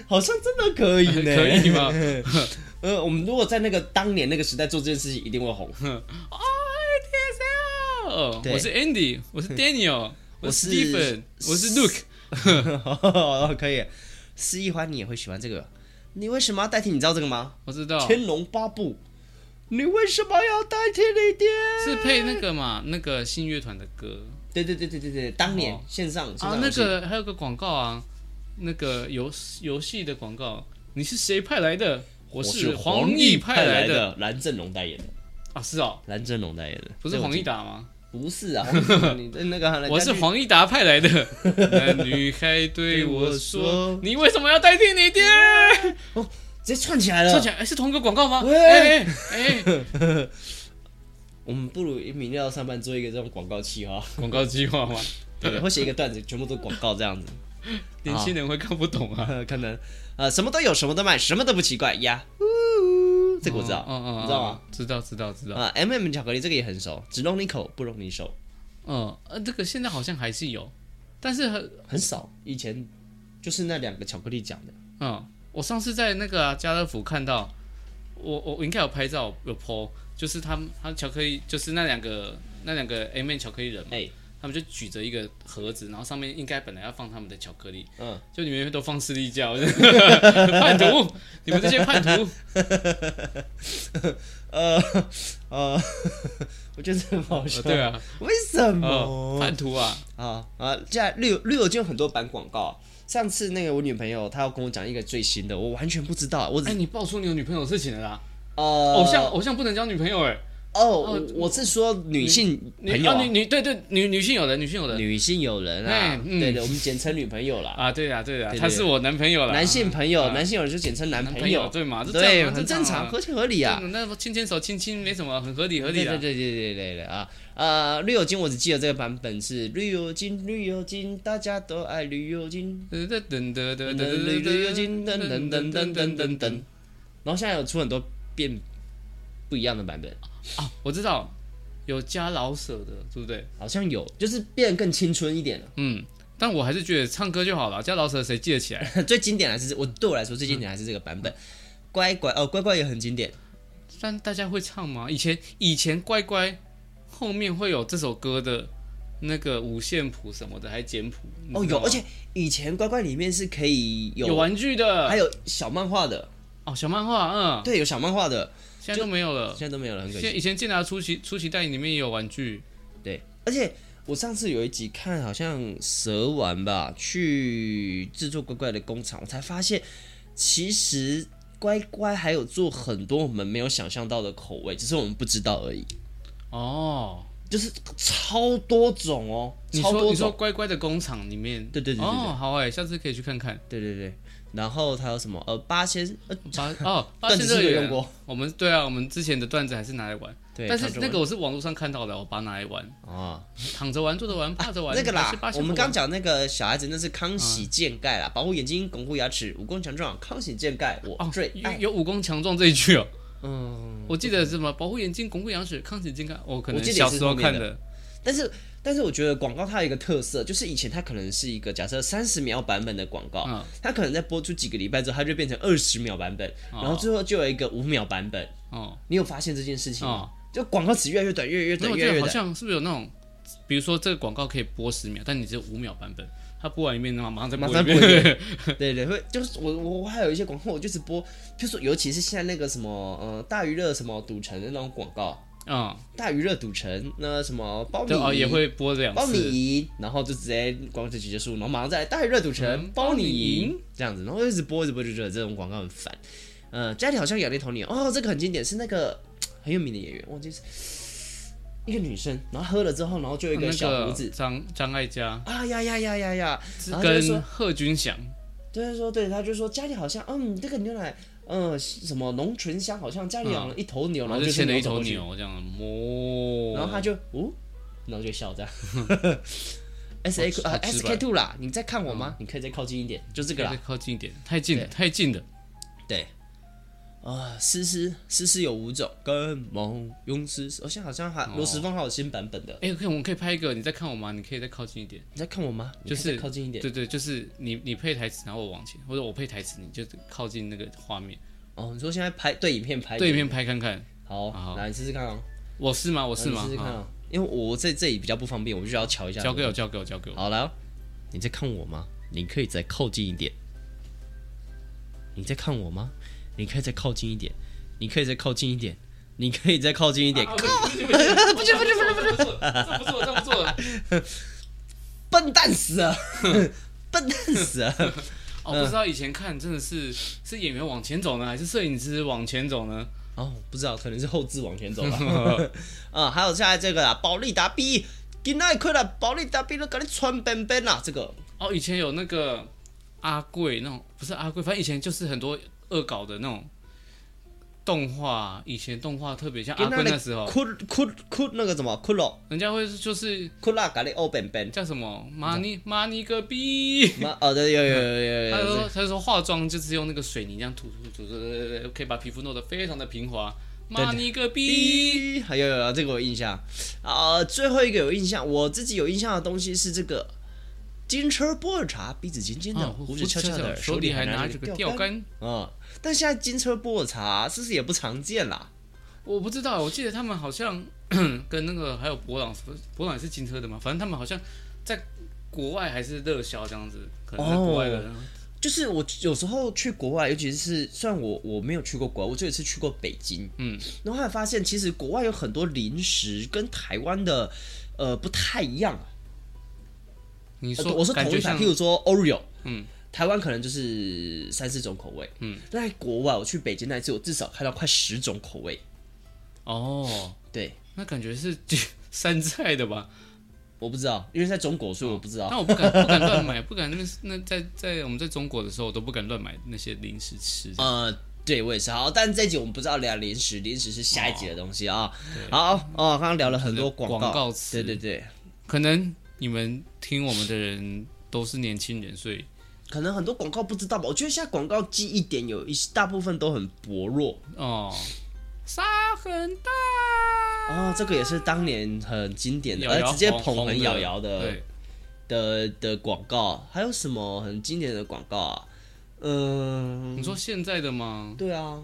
Speaker 2: 好像真的可以呢，
Speaker 1: 可以吗？
Speaker 2: 呃，我们如果在那个当年那个时代做这件事情，一定会红。
Speaker 1: 哦，ADSL，哦
Speaker 2: 对
Speaker 1: 我是 Andy，我 是 Daniel，
Speaker 2: 我
Speaker 1: 是
Speaker 2: 是
Speaker 1: Stephen，我是 Luke。
Speaker 2: 可以，施一欢你也会喜欢这个，你为什么要代替？你知道这个吗？
Speaker 1: 我知道
Speaker 2: 天龙八部》，你为什么要代替你爹？
Speaker 1: 是配那个嘛，那个新乐团的歌
Speaker 2: 对对对对对对，当年
Speaker 1: 哦
Speaker 2: 线上线
Speaker 1: 啊
Speaker 2: 上，
Speaker 1: 那
Speaker 2: 游戏
Speaker 1: 个还有个广告啊，那个游游戏的广告，你是谁派来的？我是黄奕
Speaker 2: 奕
Speaker 1: 派来的，
Speaker 2: 蓝正龙代言的，
Speaker 1: 啊，是哦，
Speaker 2: 蓝正龙代言的，
Speaker 1: 不是
Speaker 2: 这我
Speaker 1: 黄
Speaker 2: 记
Speaker 1: 奕达吗？
Speaker 2: 不是啊，黄奕达你的那个啊
Speaker 1: 我是
Speaker 2: 人家去
Speaker 1: 黄义达派来的。那女孩对我说：“嗯你为什么要代替你爹
Speaker 2: 直接串起来？”了，
Speaker 1: 说起来，哎，是同一个广告吗？
Speaker 2: 喂
Speaker 1: 哎哎哎，
Speaker 2: 我们不如明天要上班做一个这种广告企划，
Speaker 1: 广告计划吗？
Speaker 2: 对，会写一个段子，全部都广告这样子，
Speaker 1: 年轻人会看不懂啊。
Speaker 2: 可能呃什么都有，什么都卖，什么都不奇怪呀。呜这个我知道，
Speaker 1: 嗯嗯，嗯
Speaker 2: 你知道吗？？
Speaker 1: 嗯知道知道知道。
Speaker 2: 啊，M M 巧克力这个也很熟，只容你口，不容你手，
Speaker 1: 嗯，呃，这个现在好像还是有，但是很
Speaker 2: 很少。以前就是那两个巧克力讲的，
Speaker 1: 嗯，我上次在那个、啊、家乐福看到，我我我应该有拍照有 po，就是他们他巧克力就是那两个那两个 A man 巧克力人嘛，
Speaker 2: 哎
Speaker 1: 他们就举着一个盒子，然后上面应该本来要放他们的巧克力，
Speaker 2: 嗯，
Speaker 1: 就里面都放士力架，我就 叛徒，你们这些叛徒，
Speaker 2: 哦呃 呃， 我觉得这很好笑。
Speaker 1: 呃对，啊，
Speaker 2: 为什
Speaker 1: 呃，
Speaker 2: 么
Speaker 1: 叛徒啊，
Speaker 2: 啊啊？现在绿绿油精有很多版广告。啊上次那个我女朋友她要跟我讲一个最新的，我完全不知道，我只
Speaker 1: 哎，你爆出你有女朋友的事情了啦，
Speaker 2: 呃
Speaker 1: 偶像偶像不能交女朋友哎，
Speaker 2: 哦，我我是说女性
Speaker 1: 你
Speaker 2: 朋友
Speaker 1: 啊
Speaker 2: 啊
Speaker 1: 女女对对女女性友人女性友人
Speaker 2: 女性友人啊
Speaker 1: 哎，嗯
Speaker 2: 对的，我们简称女朋友啦。
Speaker 1: 啊，对啊对啊
Speaker 2: 对，对
Speaker 1: 他是我男朋友了，
Speaker 2: 男性朋友，
Speaker 1: 啊
Speaker 2: 男性友人就简称男
Speaker 1: 男
Speaker 2: 朋
Speaker 1: 朋
Speaker 2: 友
Speaker 1: 友，对嘛，这
Speaker 2: 对，
Speaker 1: 正常
Speaker 2: 很正常，
Speaker 1: 啊
Speaker 2: 合情合理啊。
Speaker 1: 嗯那牵牵手、亲亲没什
Speaker 2: 嗯
Speaker 1: 么，很合理合理
Speaker 2: 对对
Speaker 1: 的。
Speaker 2: 对对对对对啊！呃，绿油精，我只记得这个版本是绿油精，绿油精，大家都爱绿油精，
Speaker 1: 噔噔噔噔
Speaker 2: 绿
Speaker 1: 噔噔
Speaker 2: 绿油精，噔
Speaker 1: 噔
Speaker 2: 噔噔噔噔噔噔。然后现在有出很多变不一样的版本，
Speaker 1: 啊！我知道有加老舍的，对不对？
Speaker 2: 好像有，就是变得更青春一点了。
Speaker 1: 嗯，但我还是觉得唱歌就好了，加老舍谁记得起来？
Speaker 2: 最经典还是这我对我来说最经典还是这个版本，乖乖哦，乖乖也很经典。
Speaker 1: 但大家会唱吗？以前以前乖乖后面会有这首歌的那个五线谱什么的，还简谱你
Speaker 2: 哦，
Speaker 1: 知
Speaker 2: 有，
Speaker 1: 道吗
Speaker 2: 而且以前乖乖里面是可以有，
Speaker 1: 有玩具的，
Speaker 2: 还有小漫画的，
Speaker 1: 哦小漫画，嗯，
Speaker 2: 对，有小漫画的，
Speaker 1: 现在都没有了
Speaker 2: 现。在都没有了，很可
Speaker 1: 现在
Speaker 2: 惜。
Speaker 1: 以前健达出奇出奇蛋里面也有玩具，
Speaker 2: 对，而且我上次有一集看，好像蛇丸吧，去制作乖乖的工厂，我才发现其实。乖乖还有做很多我们没有想象到的口味，只是我们不知道而已。
Speaker 1: 哦。
Speaker 2: 就是超多种哦，
Speaker 1: 你
Speaker 2: 超
Speaker 1: 说
Speaker 2: 多
Speaker 1: 你说
Speaker 2: 种。
Speaker 1: 乖乖的工厂里面，
Speaker 2: 对对对对对
Speaker 1: 哦，好哎，下次可以去看 看。
Speaker 2: 对对对，然后还有什么？呃，八仙，呃，
Speaker 1: 八哦，八
Speaker 2: 段
Speaker 1: 仙
Speaker 2: 子
Speaker 1: 乐
Speaker 2: 是有
Speaker 1: 园
Speaker 2: 用过。
Speaker 1: 我们对啊，我们之前的段子还是拿来玩，
Speaker 2: 对，啊
Speaker 1: 但是
Speaker 2: 唐
Speaker 1: 那
Speaker 2: 中
Speaker 1: 个我是网络上看到的，我把它拿来玩，
Speaker 2: 文啊，
Speaker 1: 躺着玩、坐着玩、趴着玩，
Speaker 2: 那个
Speaker 1: 还
Speaker 2: 啦
Speaker 1: 是八，仙
Speaker 2: 我们
Speaker 1: 不玩嗯
Speaker 2: 刚讲那个小孩子，那是康熙健钙啦，保护眼睛，巩固牙齿，武功强壮。康熙健钙，我
Speaker 1: 哦
Speaker 2: 最，
Speaker 1: 有
Speaker 2: 爱。
Speaker 1: 有武功强壮这一句哦，
Speaker 2: 哎嗯，
Speaker 1: 我记得是什么保护眼睛、巩固牙齿、抗体健康，哦我可
Speaker 2: 我
Speaker 1: 能
Speaker 2: 记得也
Speaker 1: 小
Speaker 2: 是
Speaker 1: 时候
Speaker 2: 后面
Speaker 1: 看
Speaker 2: 的
Speaker 1: 的，
Speaker 2: 但是但是我觉得广告它有一个特色，就是以前它可能是一个假设三十秒版本的广告，
Speaker 1: 嗯
Speaker 2: 它可能在播出几个礼拜之后，它就变成二十秒版本，然后最后就有一个五秒版本。
Speaker 1: 哦，
Speaker 2: 你有发现这件事情吗
Speaker 1: 哦？
Speaker 2: 就广告词越来越短，越来越
Speaker 1: 那
Speaker 2: 短，
Speaker 1: 我
Speaker 2: 越
Speaker 1: 记
Speaker 2: 来越
Speaker 1: 得好
Speaker 2: 短。
Speaker 1: 像是不是有那种，比如说这个广告可以播十秒，但你只有五秒版本，它播完一遍，然后马上再
Speaker 2: 马
Speaker 1: 播
Speaker 2: 上
Speaker 1: 一
Speaker 2: 播一遍
Speaker 1: 遍，
Speaker 2: 对对，会就是我我我还有一些广告，我就是播，就说尤其是现在那个什么呃大娱乐什么赌城的那种广告，
Speaker 1: 嗯，
Speaker 2: 大娱乐赌城，那什么苞米
Speaker 1: 对哦，也会播两
Speaker 2: 包你
Speaker 1: 次，
Speaker 2: 赢，然后就直接广告就结束，然后马上再来大娱乐赌城
Speaker 1: 嗯包
Speaker 2: 包你
Speaker 1: 你
Speaker 2: 赢
Speaker 1: 赢
Speaker 2: 这样子，然后一直播一直播就觉得这种广告很烦。呃，家里好像养了一头牛，哦，这个很经典，是那个很有名的演员，忘记是一个女生，然后喝了之后，然后就有一
Speaker 1: 哦那
Speaker 2: 个小胡子，
Speaker 1: 张张艾嘉
Speaker 2: 啊呀呀呀呀呀，然后就说
Speaker 1: 跟贺军翔，
Speaker 2: 对，说对，他就说家里好像嗯，这个牛奶嗯什么浓醇香，好像家里养了一头牛，
Speaker 1: 然后
Speaker 2: 然
Speaker 1: 嗯
Speaker 2: 后
Speaker 1: 哦就
Speaker 2: 就
Speaker 1: 牵
Speaker 2: 牵
Speaker 1: 了一头，牛这样，哦，
Speaker 2: 然后他就哦，然后就笑这样。S A
Speaker 1: 好嗯
Speaker 2: 啊
Speaker 1: 直
Speaker 2: S
Speaker 1: 白
Speaker 2: K two 啦，你在看我吗？你可以再靠近一点，就这个
Speaker 1: 再
Speaker 2: 啦。
Speaker 1: 靠近一点，太近了，太近了，
Speaker 2: 对，啊，诗诗诗诗有五种，跟梦庸诗，我、哦、现在好像还罗时峰还有新版本的，
Speaker 1: 哎，可以，我们可以拍一个，你在看我吗？你可以再靠近一点，
Speaker 2: 你在看我吗？你
Speaker 1: 就
Speaker 2: 可以再
Speaker 1: 是
Speaker 2: 靠近一点。
Speaker 1: 对对，就是你你配台词，然后我往前，或者我配台词，你就靠近那个画面，
Speaker 2: 哦，你说现在拍对影片拍
Speaker 1: 对面拍看看，
Speaker 2: 好，
Speaker 1: 好
Speaker 2: 来你试试看哦，
Speaker 1: 我是吗？我
Speaker 2: 我
Speaker 1: 是吗
Speaker 2: 试试？看
Speaker 1: 好
Speaker 2: 哦，因为我在这里比较不方便，我就要瞧一下。
Speaker 1: 交给我，交给我，交给我。
Speaker 2: 好来哦，你在看我吗？你可以再靠近一点。你在看我吗？你可以再靠近一点。你可以再靠近一点。你可以再靠近一点。
Speaker 1: 不行不行 不行不行不行不行，这不做这不做了，
Speaker 2: 笨蛋死了，笨蛋死了。
Speaker 1: 哦，
Speaker 2: 嗯
Speaker 1: 不知道以前看真的是是演员往前走呢，还是摄影师往前走呢？
Speaker 2: 哦，不知道，可能是后置往前走吧。 啊、还有现在这个啦，保利达 B，今仔快了，保利达 B 都给你穿边边啦，这个
Speaker 1: 哦，以前有那个阿贵那种，不是阿贵，反正以前就是很多恶搞的那种动画，以前动画特别像阿
Speaker 2: 跟
Speaker 1: 坤那时候，
Speaker 2: 哭哭哭那个什么，哭了
Speaker 1: 人家会就是
Speaker 2: 哭啦，咖喱欧本 本。
Speaker 1: 叫什么马尼马尼个逼。
Speaker 2: 妈，哦对，有有有有
Speaker 1: 他
Speaker 2: 有有，
Speaker 1: 说：“他说化妆就是用那个水泥这样涂涂涂涂涂涂，可以把皮肤弄得非常的平滑。妈尼个逼！
Speaker 2: 一，还有有有这个我有印象。啊、最后一个有印象，我自己有印象的东西是这个金车波尔茶，鼻子尖尖的，
Speaker 1: 啊
Speaker 2: 嗯胡子翘翘的，
Speaker 1: 手
Speaker 2: 里
Speaker 1: 里还拿
Speaker 2: 拿
Speaker 1: 着个
Speaker 2: 钓
Speaker 1: 钓。竿。
Speaker 2: 嗯，但现在金车波尔茶是不是也不常见啦？
Speaker 1: 我不知道，我记得他们好像 跟那个还有博朗，博朗也是金车的嘛，反正他们好像在国外还是热销这样子，可能在国外的
Speaker 2: 哦
Speaker 1: 人。
Speaker 2: 就是我有时候去国外，尤其是虽然我我没有去过国外，我就有一次去过北京，
Speaker 1: 嗯，
Speaker 2: 然后后来发现其实国外有很多零食跟台湾的呃不太一样。
Speaker 1: 你
Speaker 2: 呃
Speaker 1: 说
Speaker 2: 我说
Speaker 1: 感
Speaker 2: 同
Speaker 1: 觉
Speaker 2: 一款，
Speaker 1: 像
Speaker 2: 譬如说 Oreo，
Speaker 1: 嗯，
Speaker 2: 台湾可能就是三四种口味，
Speaker 1: 嗯，
Speaker 2: 在国外我去北京那一次，我至少看到快十种口味。
Speaker 1: 哦，
Speaker 2: 对，
Speaker 1: 那感觉是山寨的吧？
Speaker 2: 我不知道，因为在中国，所以我不知道。
Speaker 1: 但我不敢不敢乱买，不敢那边那在在我们在中国的时候，我都不敢乱买那些零食吃。
Speaker 2: 呃，对我也是。好，但这一集我们不知道聊零食，零食是下一集的东西啊。好哦，刚刚聊了很多广告，
Speaker 1: 广告词
Speaker 2: 对对对，
Speaker 1: 可能你们听我们的人都是年轻人，所以
Speaker 2: 可能很多广告不知道吧。我觉得现在广告记忆点有一些大部分都很薄弱
Speaker 1: 哦，沙很大，
Speaker 2: 哦，这个也是当年很经典的，
Speaker 1: 摇
Speaker 2: 而
Speaker 1: 摇
Speaker 2: 呃直接
Speaker 1: 红
Speaker 2: 捧
Speaker 1: 红
Speaker 2: 很
Speaker 1: 的
Speaker 2: 瑶瑶的
Speaker 1: 对，
Speaker 2: 的的广告，还有什么很经典的广告啊？嗯、
Speaker 1: 你说现在的吗？
Speaker 2: 对啊，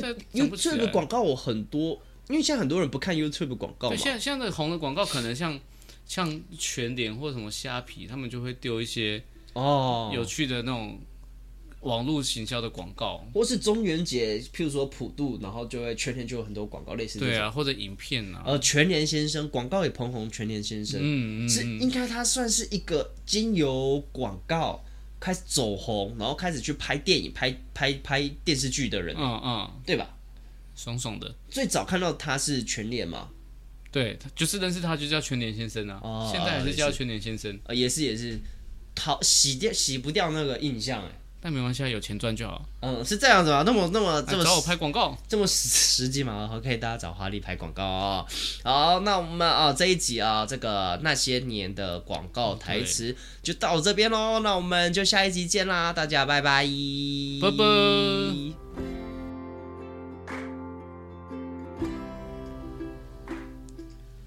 Speaker 1: 现在
Speaker 2: 为
Speaker 1: 想不起来
Speaker 2: YouTube 广告我很多，因为现在很多人不看 YouTube 广告嘛
Speaker 1: 对，，现在现在的红的广告可能像像全脸或什么虾皮，他们就会丢一些
Speaker 2: 哦，
Speaker 1: 有趣的那种网络行销的广告，
Speaker 2: 或是中元节，譬如说普渡，然后就会全年就有很多广告类似这
Speaker 1: 对
Speaker 2: 种。
Speaker 1: 啊，或者影片啊，
Speaker 2: 呃，全年先生广告也捧红全年先生，
Speaker 1: 嗯嗯
Speaker 2: 是
Speaker 1: 嗯，
Speaker 2: 应该他算是一个经由广告开始走红，然后开始去拍电影、拍拍拍电视剧的人，
Speaker 1: 嗯嗯，
Speaker 2: 对吧？
Speaker 1: 爽爽的。
Speaker 2: 最早看到他是全脸嘛，
Speaker 1: 对他就是认识他就叫全脸先生啊，
Speaker 2: 哦
Speaker 1: 现在还是叫
Speaker 2: 也是
Speaker 1: 全脸先生，
Speaker 2: 呃，也是也是，逃洗掉洗不掉那个印象哎。
Speaker 1: 但没关系，啊，有钱赚就好。
Speaker 2: 嗯，是这样子吗？那么那么
Speaker 1: 来
Speaker 2: 这么
Speaker 1: 找我拍广告，
Speaker 2: 这么实实际嘛？OK，大家找华丽拍广告啊、好，那我们啊、这一集啊，这个那些年的广告台词就到这边喽。那我们就下一集见啦，大家拜拜，
Speaker 1: 拜拜。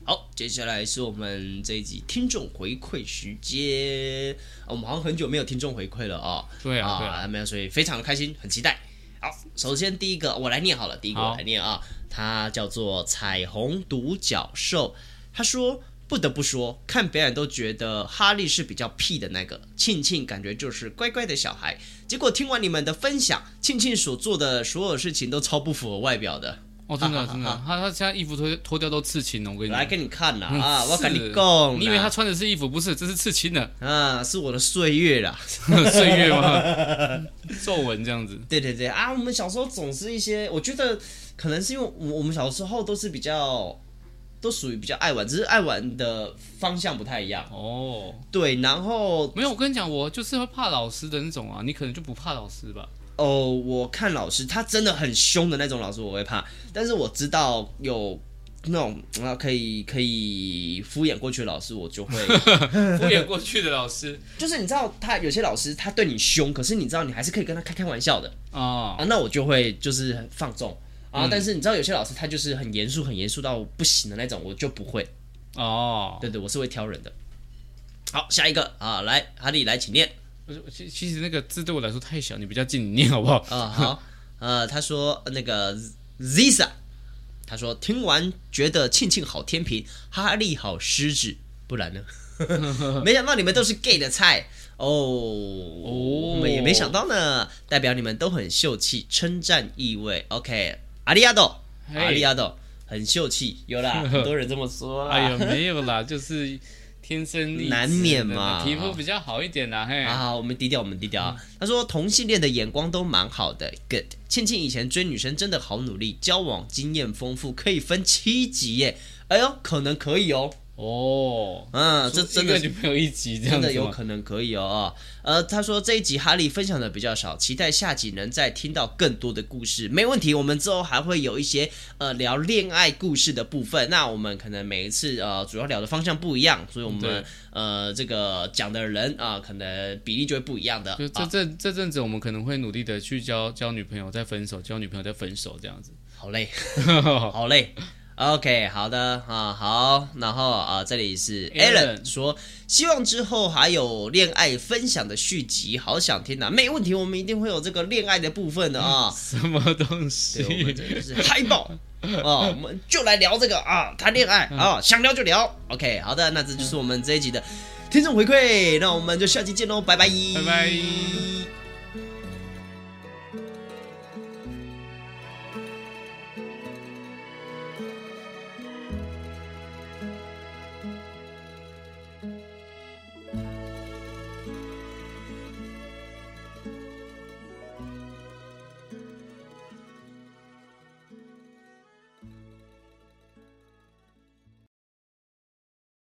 Speaker 2: 好，接下来是我们这一集听众回馈时间、啊我们好像很久没有听众回馈了啊、
Speaker 1: 对啊对啊
Speaker 2: 没有，所以非常的开心，很期待。好，首先第一个我来念好了，第一个
Speaker 1: 好
Speaker 2: 我来念啊，它叫做彩虹独角兽。他说，不得不说，看表演都觉得哈利是比较屁的那个，庆庆感觉就是乖乖的小孩。结果听完你们的分享，庆庆所做的所有事情都超不符合外表的。
Speaker 1: 哦，真
Speaker 2: 啊
Speaker 1: 的真的，他他现在衣服脱脱掉都刺青了，我跟你
Speaker 2: 来
Speaker 1: 讲。
Speaker 2: 给你看啦、啊，
Speaker 1: 嗯哎是
Speaker 2: 我跟你讲，
Speaker 1: 你以为他穿的是衣服？不是，这是刺青的
Speaker 2: 啊是我的岁月啦。
Speaker 1: 岁月吗？ 皱纹这样子。
Speaker 2: 对对对啊，我们小时候总是一些，我觉得可能是因为我我们小时候都是比较，都属于比较爱玩，只是爱玩的方向不太一样。
Speaker 1: 哦，
Speaker 2: 对，然后
Speaker 1: 没有，我跟你讲，我就是会怕老师的那种啊，你可能就不怕老师 吧？
Speaker 2: 哦，我看老师他真的很凶的那种老师，我会怕，但是我知道有。那种啊，可以可以敷衍过去的老师，我就会，
Speaker 1: 敷衍过去的老师
Speaker 2: 就是你知道他有些老师他对你凶，可是你知道你还是可以跟他开开玩笑的，
Speaker 1: 啊
Speaker 2: 啊，，那我就会就是很放纵啊。但是你知道有些老师他就是很严肃、很严肃到不行的那种，我就不会。
Speaker 1: 哦，
Speaker 2: 对对，我是会挑人的。好，下一个啊，来，哈利来，请念
Speaker 1: 不是其其实那个字对我来说太小，你比较近，你念好不好？
Speaker 2: 啊。好，呃，他说那个 Zisa，他说听完觉得庆庆好天平，哈利好狮子，不然呢？ 没想到你们都是 gay 的菜哦，我们也没想到呢，代表你们都很秀气，称赞意味。OK，阿里亚豆，
Speaker 1: 嘿
Speaker 2: 阿里啊亚豆很秀气，有 啦，很多人这么说啦。
Speaker 1: 哎呀，没有啦，就是天生丽质
Speaker 2: 难免嘛
Speaker 1: 皮肤比较好一点啦，嘿，
Speaker 2: 啊，好我们低调，我们低调啊。
Speaker 1: 嗯
Speaker 2: 他说同性恋的眼光都蛮好的，good。倩倩以前追女生真的好努力，交往经验丰富，可以分七级耶。哎呦，可能可以哦。
Speaker 1: 哦，
Speaker 2: 嗯，这
Speaker 1: 说
Speaker 2: 真
Speaker 1: 一
Speaker 2: 的
Speaker 1: 个女朋友一集这样
Speaker 2: 真
Speaker 1: 子
Speaker 2: 的有
Speaker 1: 吗
Speaker 2: 可能可以哦啊、呃，他说这一集哈利分享的比较少，期待下集能再听到更多的故事。没问题，我们之后还会有一些呃聊恋爱故事的部分。那我们可能每一次呃主要聊的方向不一样，所以我们
Speaker 1: 对
Speaker 2: 呃这个讲的人啊、可能比例就会不一样的
Speaker 1: 就这
Speaker 2: 啊。
Speaker 1: 这这阵子，我们可能会努力的去交交女朋友，再分手，交女朋友再分手这样子。
Speaker 2: 好累，好累。OK，好的啊，好，然后啊，这里是
Speaker 1: Alan
Speaker 2: Alan 说，希望之后还有恋爱分享的续集，好想听呐、没问题，我们一定会有这个恋爱的部分的啊。
Speaker 1: 什么东西
Speaker 2: 对，？我们真的是嗨 爆哦，我们就来聊这个啊，谈恋爱啊，想聊就聊。OK，好的，那这就是我们这一集的听众回馈，那我们就下期见喽，拜拜，
Speaker 1: 拜拜。